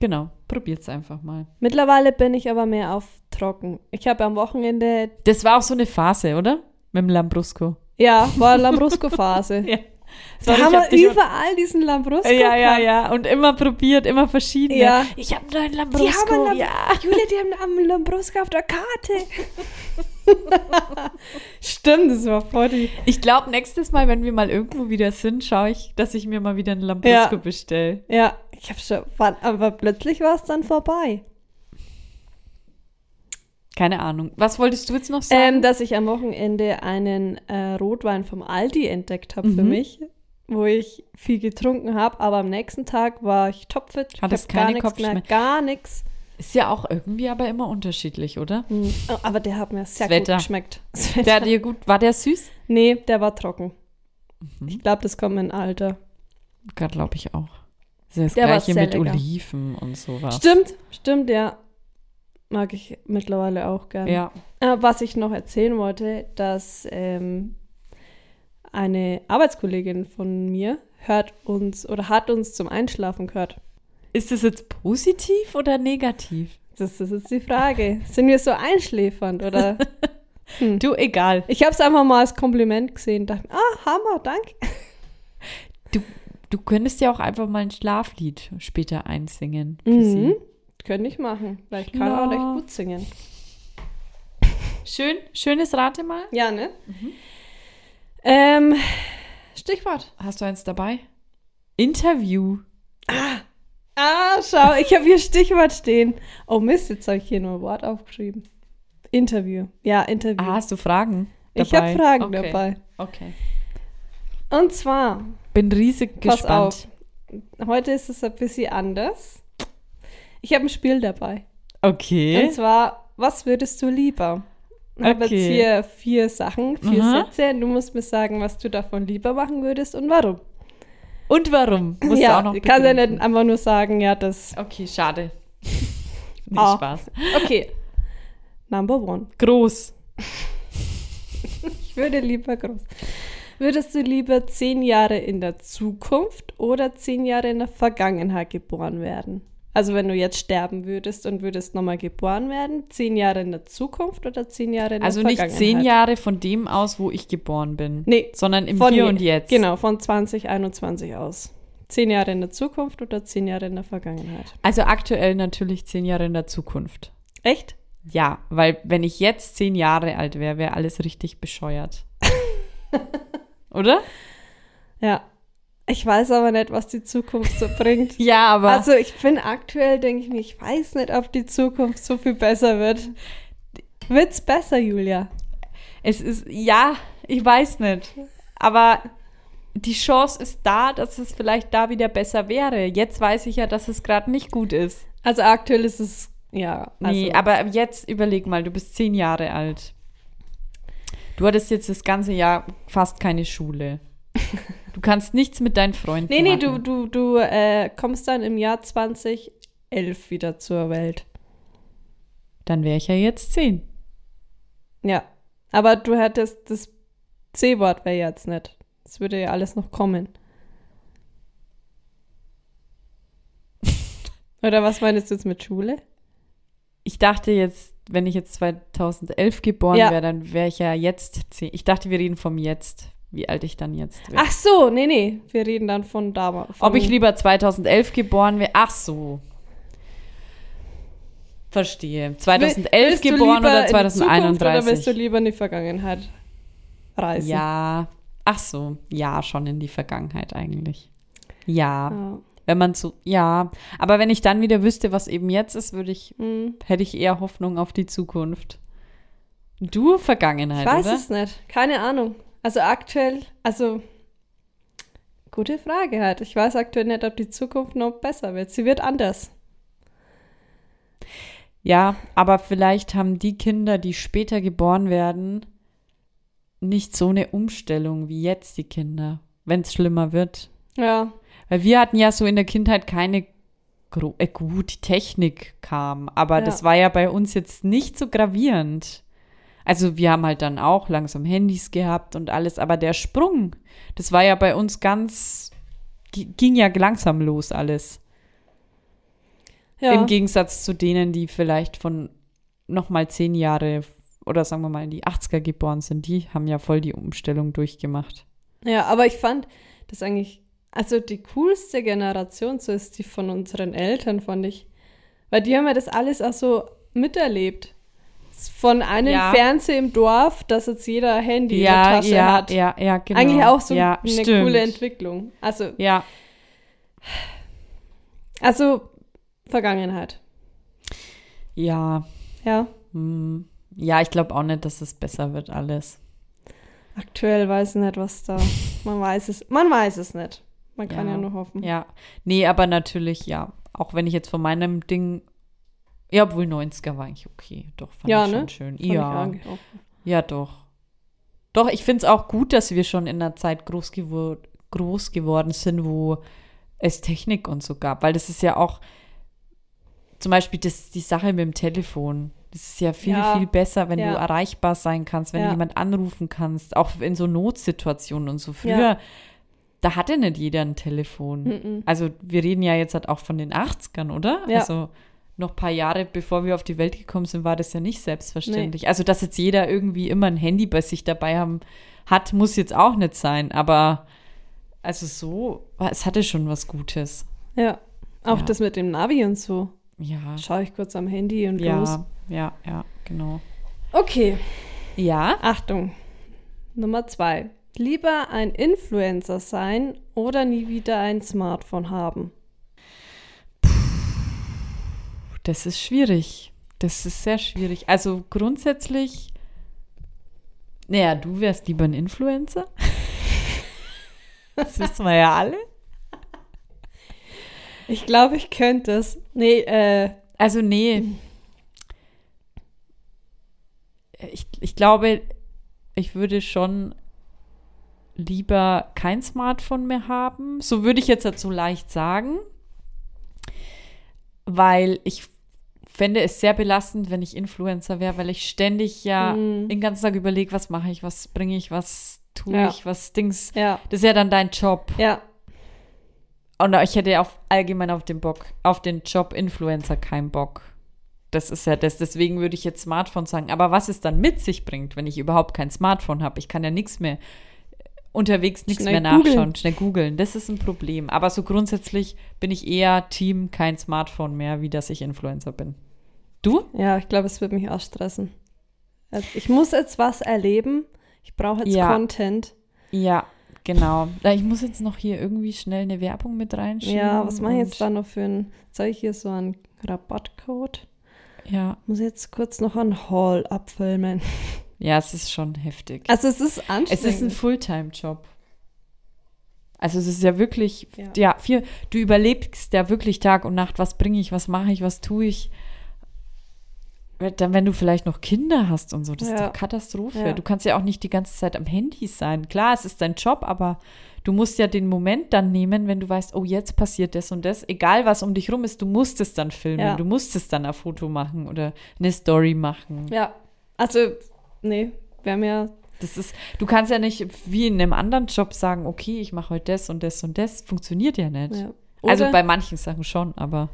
S3: Genau, probiert's einfach mal.
S2: Mittlerweile bin ich aber mehr auf trocken. Ich habe am Wochenende,
S3: Das war auch so eine Phase, oder? Mit dem Lambrusco.
S2: ja, war Lambrusco-Phase.
S3: Ja.
S2: Da
S3: Sorry,
S2: haben
S3: ich hab
S2: wir
S3: dich-
S2: überall diesen Lambrusco.
S3: ja, ja,
S2: gehabt.
S3: ja. Und immer probiert, immer verschiedene.
S2: Ja.
S3: Ich habe nur einen
S2: Die haben
S3: Lambrusco.
S2: Lam-
S3: ja.
S2: Julia, die haben am Lambrusco auf der Karte. Stimmt, das war voll die.
S3: Ich glaube, nächstes Mal, wenn wir mal irgendwo wieder sind, schaue ich, dass ich mir mal wieder einen Lambrusco
S2: Ja.
S3: bestelle.
S2: Ja, ich hab schon. Wann, aber plötzlich war es dann vorbei.
S3: Keine Ahnung. Was wolltest du jetzt noch sagen?
S2: Ähm, dass ich am Wochenende einen äh, Rotwein vom Aldi entdeckt habe für
S3: Mhm.
S2: mich, wo ich viel getrunken habe, aber am nächsten Tag war ich topfit. Ich
S3: Hattest
S2: hab gar
S3: keine
S2: nichts mehr,
S3: Kopfschmerzen?
S2: gar nichts.
S3: Ist ja auch irgendwie aber immer unterschiedlich, oder?
S2: Hm. Oh, Aber der hat mir sehr
S3: Das Wetter.
S2: gut geschmeckt. Das
S3: Mhm. Der
S2: Wetter.
S3: hat dir gut, war der süß?
S2: nee, der war trocken.
S3: Mhm.
S2: Ich glaube, das kommt in Alter.
S3: Glaube ich auch. Das, ist das
S2: Der war
S3: gleiche
S2: sehr
S3: mit
S2: lecker.
S3: Oliven und sowas.
S2: Stimmt, stimmt, ja. Mag ich mittlerweile auch gerne.
S3: Ja.
S2: Äh, was ich noch erzählen wollte, dass ähm, eine Arbeitskollegin von mir hört uns oder hat uns zum Einschlafen gehört.
S3: Ist es jetzt positiv oder negativ?
S2: Das ist jetzt die Frage. Sind wir so einschläfernd oder? Hm.
S3: Du, egal.
S2: Ich habe es einfach mal als Kompliment gesehen. Dachte, ah, Hammer, danke.
S3: Du, du könntest ja auch einfach mal ein Schlaflied später einsingen. für
S2: Mhm.
S3: sie.
S2: Könnte ich machen, weil ich kann
S3: Schlaf.
S2: auch recht gut singen.
S3: Schön, schönes Rate mal.
S2: Ja, ne? Ähm, Stichwort.
S3: Hast du eins dabei? Interview.
S2: Ah, schau, ich habe hier Stichwort stehen. Oh Mist, jetzt habe ich hier nur ein Wort aufgeschrieben. Interview. Ja, Interview.
S3: Ah, hast du Fragen?
S2: Mhm. ich habe
S3: dabei?
S2: Fragen
S3: okay.
S2: dabei.
S3: Okay.
S2: Und zwar,
S3: Bin riesig
S2: pass
S3: gespannt.
S2: auf, heute ist es ein bisschen anders. Ich habe ein Spiel dabei.
S3: Okay.
S2: Und zwar, was würdest du lieber? Ich habe jetzt
S3: Okay.
S2: hier vier Sachen, vier
S3: Aha.
S2: Sätze. Du musst mir sagen, was du davon lieber machen würdest und warum.
S3: Und warum? Musst
S2: ja,
S3: du auch noch
S2: ich kann ja
S3: begründen.
S2: nicht einfach nur sagen, ja, das.
S3: Okay, schade. Nee,
S2: Ah.
S3: Spaß.
S2: Okay. Number one.
S3: Groß.
S2: Ich würde lieber groß. Würdest du lieber zehn Jahre in der Zukunft oder zehn Jahre in der Vergangenheit geboren werden? Also wenn du jetzt sterben würdest und würdest nochmal geboren werden, zehn Jahre in der Zukunft oder zehn Jahre in
S3: Also
S2: der
S3: nicht
S2: Vergangenheit?
S3: zehn Jahre von dem aus, wo ich geboren bin.
S2: Nee,
S3: Sondern im
S2: Von
S3: Hier
S2: je-
S3: und Jetzt.
S2: Genau, von 2021 aus. Zehn Jahre in der Zukunft oder zehn Jahre in der Vergangenheit.
S3: Also aktuell natürlich zehn Jahre in der Zukunft.
S2: Echt?
S3: Ja, weil wenn ich jetzt zehn Jahre alt wäre, wäre alles richtig bescheuert. Oder?
S2: Ja. Ich weiß aber nicht, was die Zukunft so bringt.
S3: Ja, aber
S2: Also ich bin aktuell, denke ich mir, ich weiß nicht, ob die Zukunft so viel besser wird. Wird's besser, Julia?
S3: es ist, ja, ich weiß nicht. Aber die Chance ist da, dass es vielleicht da wieder besser wäre. Jetzt weiß ich ja, dass es gerade nicht gut ist.
S2: Also aktuell ist es, ja. Also,
S3: Nee, aber jetzt überleg mal, du bist zehn Jahre alt. Du hattest jetzt das ganze Jahr fast keine Schule. Du kannst nichts mit deinen Freunden
S2: nee, nee,
S3: machen.
S2: du, du, du äh, kommst dann im Jahr 2011 wieder zur Welt.
S3: Dann wäre ich ja jetzt zehn.
S2: Ja. Aber du hättest, das C-Wort wäre jetzt nicht. Das würde ja alles noch kommen. Oder was meinst du jetzt mit Schule?
S3: Ich dachte jetzt, wenn ich jetzt 2011 geboren
S2: Ja.
S3: wäre, dann wäre ich ja jetzt zehn. Ich dachte, wir reden vom Jetzt, wie alt ich dann jetzt wäre.
S2: Ach so, nee, nee. Wir reden dann von damals.
S3: Ob ich lieber 2011 geboren wäre? Ach so. Verstehe. 2011
S2: Willst du
S3: geboren
S2: lieber
S3: oder
S2: in die Zukunft Oder
S3: 2031?
S2: willst du lieber in die Vergangenheit reisen?
S3: Ja. Ach so. Ja, schon in die Vergangenheit eigentlich. Ja.
S2: Ja.
S3: Wenn man so, ja. Aber wenn ich dann wieder wüsste, was eben jetzt ist, würde ich,
S2: Hm.
S3: hätte ich eher Hoffnung auf die Zukunft. Du
S2: Ich
S3: Vergangenheit,
S2: weiß
S3: oder?
S2: es nicht. Keine Ahnung. Also aktuell, also gute Frage halt. Ich weiß aktuell nicht, ob die Zukunft noch besser wird. Sie wird anders.
S3: Ja, aber vielleicht haben die Kinder, die später geboren werden, nicht so eine Umstellung wie jetzt die Kinder, wenn es schlimmer wird.
S2: Ja.
S3: Weil wir hatten ja so in der Kindheit keine gro äh, gut, die Technik kam, aber
S2: Ja.
S3: das war ja bei uns jetzt nicht so gravierend. Also wir haben halt dann auch langsam Handys gehabt und alles, aber der Sprung, das war ja bei uns ganz gi- ging ja langsam los alles.
S2: ja.
S3: Im Gegensatz zu denen, die vielleicht von nochmal zehn Jahre oder sagen wir mal in die 80er geboren sind, die haben ja voll die Umstellung durchgemacht.
S2: ja, aber ich fand das eigentlich, also die coolste Generation, so ist die von unseren Eltern, fand ich. Weil die haben ja das alles auch so miterlebt. Von einem
S3: Ja.
S2: Fernseher im Dorf, dass jetzt jeder Handy in der
S3: ja,
S2: Tasche
S3: ja,
S2: hat.
S3: ja, ja, genau.
S2: Eigentlich auch so
S3: ja,
S2: eine
S3: stimmt.
S2: coole Entwicklung. Also,
S3: Ja,
S2: also Vergangenheit.
S3: ja.
S2: Ja,
S3: Hm. Ja, ich glaube auch nicht, dass es besser wird alles.
S2: aktuell weiß ich nicht, was da. Man weiß es, man weiß es nicht. Man kann
S3: Ja.
S2: ja, nur hoffen.
S3: Ja. Nee, aber natürlich, ja. Auch wenn ich jetzt von meinem Ding. Ja, obwohl 90er war eigentlich okay. Doch, fand
S2: Ja,
S3: ich schon
S2: ne?
S3: schön.
S2: Fand ich
S3: ja.
S2: eigentlich auch.
S3: ja, doch. Doch, ich finde es auch gut, dass wir schon in einer Zeit groß, gewor groß geworden sind, wo es Technik und so gab. Weil das ist ja auch zum Beispiel das, die Sache mit dem Telefon. Das ist ja viel,
S2: Ja.
S3: viel besser, wenn
S2: Ja.
S3: du erreichbar sein kannst, wenn
S2: Ja.
S3: du jemand anrufen kannst, auch in so Notsituationen und so. Früher,
S2: Ja.
S3: da hatte nicht jeder ein Telefon.
S2: Mhm.
S3: Also wir reden ja jetzt halt auch von den 80ern, oder?
S2: Ja.
S3: Also noch ein paar Jahre bevor wir auf die Welt gekommen sind, war das ja nicht selbstverständlich. Also dass jetzt jeder irgendwie immer ein Handy bei sich dabei haben hat, muss jetzt auch nicht sein. Aber also so, es hatte schon was Gutes.
S2: Ja. Auch
S3: Ja.
S2: das mit dem Navi und so.
S3: Ja,
S2: Schaue ich kurz am Handy und los.
S3: ja, ja, ja, genau.
S2: Okay,
S3: Ja.
S2: Achtung. Nummer zwei. Lieber ein Influencer sein oder nie wieder ein Smartphone haben.
S3: Das ist schwierig. Das ist sehr schwierig. Also grundsätzlich, naja, du wärst lieber ein Influencer. Das wissen wir ja alle.
S2: Ich glaube, ich könnte es. Nee, äh,
S3: Also nee. Ich, ich glaube, ich würde schon lieber kein Smartphone mehr haben. So würde ich jetzt dazu leicht sagen. Weil ich fände es sehr belastend, wenn ich Influencer wäre, weil ich ständig ja
S2: Mm.
S3: den ganzen Tag überlege, was mache ich, was bringe ich, was tue
S2: Ja.
S3: ich, was Dings.
S2: ja,
S3: Das ist ja dann dein Job.
S2: ja,
S3: Und ich hätte auf, allgemein auf den Bock, auf den Job Influencer keinen Bock. Das ist ja das. Deswegen würde ich jetzt Smartphone sagen. Aber was es dann mit sich bringt, wenn ich überhaupt kein Smartphone habe, ich kann ja nichts mehr unterwegs nichts
S2: Schnell
S3: mehr nachschauen,
S2: googeln.
S3: schnell googeln. Das ist ein Problem. Aber so grundsätzlich bin ich eher Team kein Smartphone mehr, wie dass ich Influencer bin. Du?
S2: ja. Ich glaube, es wird mich auch stressen. Also ich muss jetzt was erleben. Ich brauche jetzt
S3: Ja.
S2: Content.
S3: Ja, genau. Ja, Ich muss jetzt noch hier irgendwie schnell eine Werbung mit reinschieben.
S2: Ja, was mache ich jetzt
S3: und-
S2: da noch für ein. Soll ich hier so einen Rabattcode?
S3: Ja.
S2: Muss jetzt kurz noch einen Haul abfilmen.
S3: ja, es ist schon heftig.
S2: Also, es ist anstrengend.
S3: Es ist ein Fulltime-Job. Also es ist ja wirklich, ja,
S2: Ja.
S3: vier, du überlebst ja wirklich Tag und Nacht, was bringe ich, was mache ich, was tue ich. Dann, wenn du vielleicht noch Kinder hast und so, das ist
S2: Ja.
S3: doch Katastrophe.
S2: Ja.
S3: Du kannst ja auch nicht die ganze Zeit am Handy sein. Klar, es ist dein Job, aber du musst ja den Moment dann nehmen, wenn du weißt, oh, jetzt passiert das und das. Egal, was um dich rum ist, du musst es dann filmen,
S2: Ja.
S3: du musst es dann ein Foto machen oder eine Story machen.
S2: Ja, also, nee, wäre mir.
S3: Das ist, du kannst ja nicht wie in einem anderen Job sagen, okay, ich mache heute das und das und das. Funktioniert ja nicht.
S2: Ja.
S3: also
S2: Oder-
S3: bei manchen Sachen schon, aber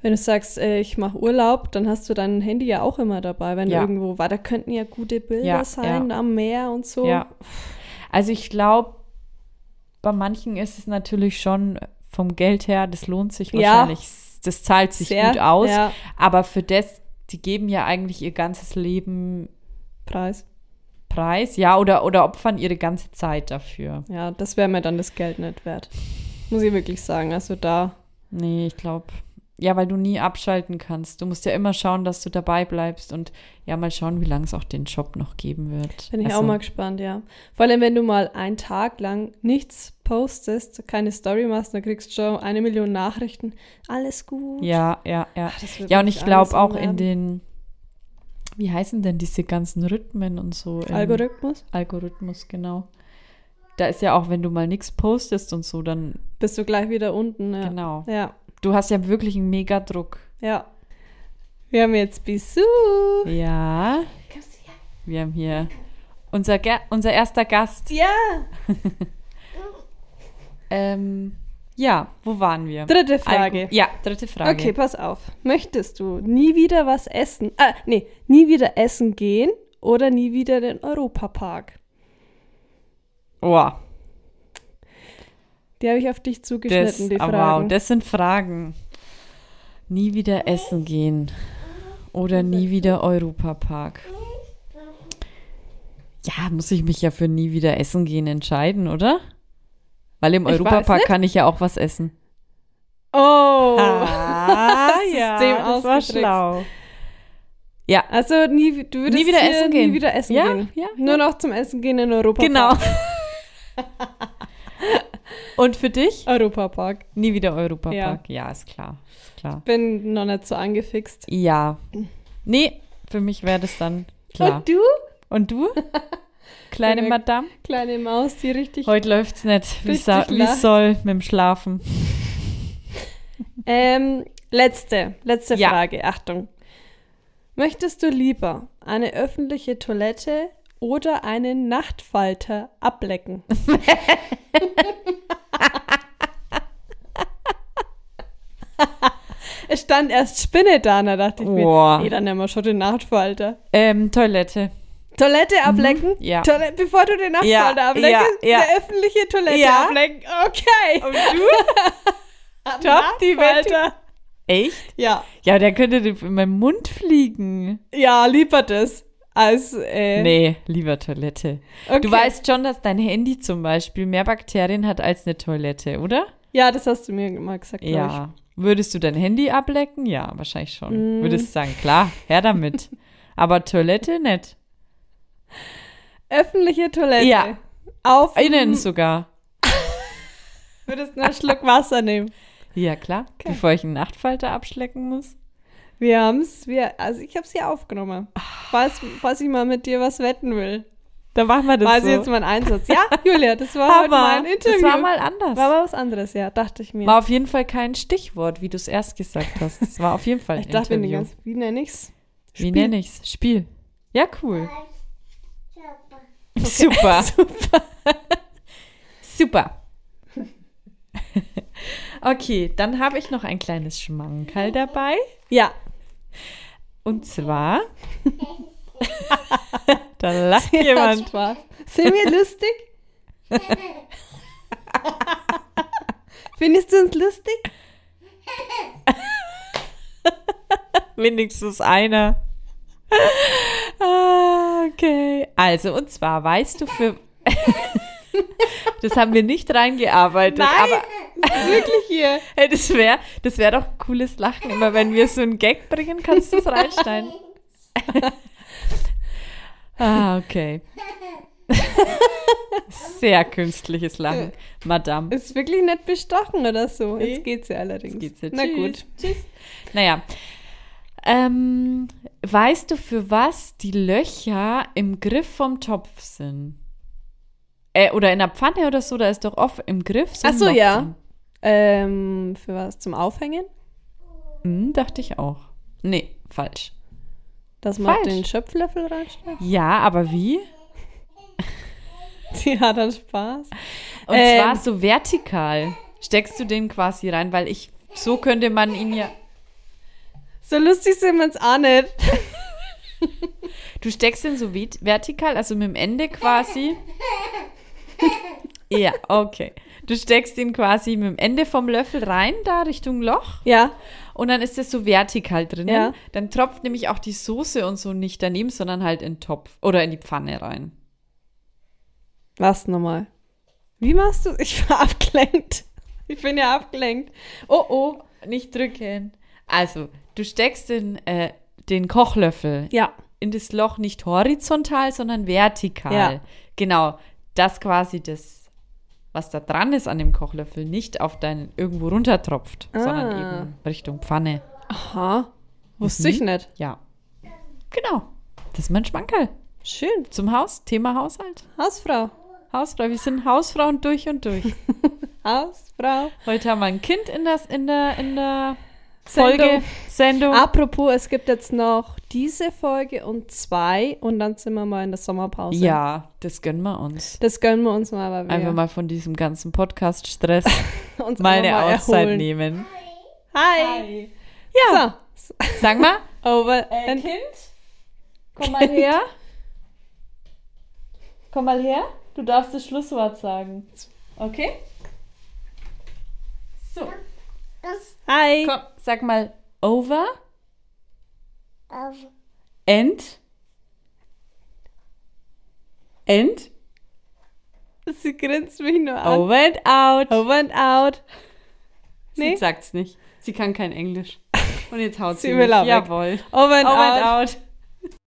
S2: Wenn du sagst, äh, ich mache Urlaub, dann hast du dein Handy ja auch immer dabei, wenn
S3: Ja.
S2: du irgendwo war. Da könnten ja gute Bilder
S3: Ja,
S2: sein am Meer und so.
S3: ja. Also ich glaube, bei manchen ist es natürlich schon vom Geld her, das lohnt sich
S2: Ja.
S3: wahrscheinlich, s- das zahlt sich
S2: Sehr,
S3: gut aus.
S2: ja.
S3: Aber für das, die geben ja eigentlich ihr ganzes Leben
S2: Preis.
S3: preis, ja, oder, oder opfern ihre ganze Zeit dafür.
S2: Ja, das wäre mir dann das Geld nicht wert. Muss ich wirklich sagen. Also da.
S3: Nee, ich glaube. Ja, weil du nie abschalten kannst. Du musst ja immer schauen, dass du dabei bleibst und ja, mal schauen, wie lange es auch den Job noch geben wird.
S2: Bin ich auch
S3: Also,
S2: mal gespannt, ja. Vor allem, wenn du mal einen Tag lang nichts postest, keine Story machst, dann kriegst du schon eine Million Nachrichten. Alles gut.
S3: Ja, ja, ja.
S2: Ach, das wird
S3: ja, und
S2: mich
S3: ich glaube
S2: alles
S3: auch in
S2: nerven.
S3: den, wie heißen denn diese ganzen Rhythmen und so? im
S2: Algorithmus.
S3: Algorithmus, genau. Da ist ja auch, wenn du mal nichts postest und so, dann,
S2: Bist du gleich wieder unten. Ja.
S3: genau.
S2: Ja,
S3: Du hast ja wirklich einen Megadruck.
S2: ja. Wir haben jetzt Besuch.
S3: Ja. Wir haben hier unser, Ger unser erster Gast.
S2: Ja.
S3: Ähm, ja, wo waren wir?
S2: Dritte Frage.
S3: Alko- ja, dritte Frage.
S2: Okay, pass auf. Möchtest du nie wieder was essen? Ah, nee, nie wieder essen gehen oder nie wieder in den Europapark?
S3: Boah,
S2: Die habe ich auf dich
S3: das,
S2: zugeschnitten, die
S3: ah,
S2: Fragen.
S3: wow, das sind Fragen. Nie wieder essen gehen oder nie wieder Europapark. Ja, muss ich mich ja für nie wieder essen gehen entscheiden, oder? Weil im
S2: Ich weiß
S3: Europapark
S2: nicht.
S3: kann ich ja auch was essen.
S2: oh.
S3: Ah,
S2: ja, das war schlau.
S3: Ja,
S2: Also nie, wi- du würdest
S3: wieder
S2: hier
S3: essen
S2: nie
S3: gehen.
S2: wieder essen
S3: Ja,
S2: gehen.
S3: ja,
S2: Nur noch zum Essen gehen in den Europapark.
S3: genau. Und für dich?
S2: Europapark.
S3: Nie wieder Europapark. Ja, ist klar. Ist klar.
S2: Bin noch nicht so angefixt.
S3: Ja. Nee, für mich wäre das dann klar.
S2: Und du,
S3: Und du? Kleine
S2: Bin mir-
S3: Madame?
S2: kleine Maus, die richtig
S3: Heute läuft's nicht. Wie,
S2: Richtig
S3: sa- wie
S2: lacht.
S3: soll mit dem Schlafen?
S2: Ähm, letzte, letzte
S3: Ja.
S2: Frage. Achtung. Möchtest du lieber eine öffentliche Toilette oder einen Nachtfalter ablecken? es stand erst Spinne da, da dachte ich
S3: Boah.
S2: mir, nee, dann nehmen wir schon den Nachtfalter.
S3: Ähm, Toilette.
S2: Toilette ablecken?
S3: Mhm. ja.
S2: Toilette, bevor du den Nachtfalter
S3: Ja,
S2: ableckst,
S3: ja, ja.
S2: eine öffentliche Toilette
S3: Ja.
S2: ablecken. Okay.
S3: Und du? Top, die Wette.
S2: Nachtfalter.
S3: Echt?
S2: Ja.
S3: Ja, der könnte in meinem Mund fliegen.
S2: Ja, lieber das. als. Äh,
S3: Nee, lieber Toilette.
S2: okay.
S3: Du weißt schon, dass dein Handy zum Beispiel mehr Bakterien hat als eine Toilette, oder?
S2: Ja, das hast du mir mal gesagt. glaub Ich.
S3: Ja. Würdest du dein Handy ablecken? Ja, wahrscheinlich schon. Würdest sagen, klar, her damit. Aber Toilette nicht.
S2: Öffentliche Toilette.
S3: Ja.
S2: Auf.
S3: Innen sogar.
S2: Würdest nur einen Schluck Wasser nehmen.
S3: Ja, klar. Bevor ich einen Nachtfalter abschlecken muss.
S2: Wir haben's, wir, also ich hab's hier aufgenommen. Falls, falls ich mal mit dir was wetten will.
S3: Da machen wir das
S2: Weiß
S3: so.
S2: ich jetzt meinen Einsatz. Ja, Julia, das war heute
S3: Aber
S2: mein
S3: das
S2: Interview.
S3: war mal anders.
S2: War aber was anderes, ja, dachte ich mir.
S3: War auf jeden Fall kein Stichwort, wie du es erst gesagt hast. Das war auf jeden Fall ein
S2: ich dachte mir
S3: Interview.
S2: ganz, wie nenn ich's?
S3: Wie nenne ich's? Spiel. Ja, cool. Super. Super. okay, dann habe ich noch ein kleines Schmankerl dabei.
S2: Ja.
S3: Und zwar. da lacht jemand.
S2: Hat Spaß. Sind wir lustig? Findest du uns lustig?
S3: Wenigstens einer. Ah, okay. Also, und zwar weißt du für. das haben wir nicht reingearbeitet, aber
S2: Wirklich hier.
S3: hey, das wäre das wär doch ein cooles Lachen. Immer wenn wir so einen Gag bringen, kannst du es reinschneiden. ah, okay. Sehr künstliches Lachen, Madame.
S2: Ist wirklich nicht bestochen oder so.
S3: Nee.
S2: Jetzt geht's ja allerdings.
S3: Jetzt geht's ja.
S2: Na
S3: Tschüss.
S2: gut. Tschüss.
S3: Naja. Ähm, weißt du, für was die Löcher im Griff vom Topf sind? Äh, oder in der Pfanne oder so, da ist doch oft im Griff. So ein
S2: Ach so,
S3: Loch
S2: ja.
S3: drin.
S2: Ähm, für was? Zum Aufhängen?
S3: Hm, dachte ich auch. Nee, falsch.
S2: Dass man
S3: Falsch.
S2: den Schöpflöffel reinsteckt?
S3: Ja, aber wie?
S2: Die hat dann Spaß.
S3: Und
S2: Ähm.
S3: zwar so vertikal. Steckst du den quasi rein, weil ich, so könnte man ihn ja.
S2: So lustig sind wir uns auch nicht.
S3: Du steckst den so wet- vertikal, also mit dem Ende quasi. ja, okay. Du steckst den quasi mit dem Ende vom Löffel rein, da Richtung Loch.
S2: Ja.
S3: Und dann ist das so vertikal drinnen.
S2: Ja.
S3: Dann tropft nämlich auch die Soße und so nicht daneben, sondern halt in den Topf oder in die Pfanne rein.
S2: Was nochmal? Wie machst du Ich war abgelenkt. Ich bin ja abgelenkt.
S3: Oh, oh, nicht drücken. Also, du steckst den, äh, den Kochlöffel
S2: Ja.
S3: in das Loch nicht horizontal, sondern vertikal.
S2: Ja.
S3: Genau, dass quasi das, was da dran ist an dem Kochlöffel, nicht auf deinen irgendwo runtertropft, sondern
S2: Ah.
S3: eben Richtung Pfanne.
S2: Aha. Wusste
S3: Mhm.
S2: ich nicht.
S3: Ja. Genau. Das ist mein Schmankerl.
S2: Schön.
S3: Zum Haus, Thema Haushalt.
S2: Hausfrau.
S3: Hausfrau, wir sind Hausfrauen durch und durch.
S2: Hausfrau.
S3: Heute haben wir ein Kind in, das, in der, in der
S2: Sendung.
S3: Folge, Sendung.
S2: Apropos, es gibt jetzt noch diese Folge und zwei und dann sind wir mal in der Sommerpause.
S3: Ja, das gönnen wir uns.
S2: Das gönnen wir uns mal, weil wir
S3: Einfach mal von diesem ganzen Podcast-Stress
S2: uns
S3: mal
S2: einfach
S3: eine
S2: mal
S3: Auszeit
S2: erholen.
S3: nehmen.
S2: Hi.
S3: Ja,
S2: So.
S3: sag mal.
S2: Over and
S3: Äh, Kind, komm mal her. Komm mal her. Du darfst das Schlusswort sagen. Okay? So,
S2: Hi.
S3: komm, sag mal over and and
S2: Sie grinst mich nur an.
S3: over and out.
S2: Over and out. Nee.
S3: Sie sagt's nicht. Sie kann kein Englisch. Und jetzt haut sie,
S2: Sie will
S3: mich.
S2: auch weg.
S3: Jawohl.
S2: Over and
S3: Over
S2: out.
S3: and out.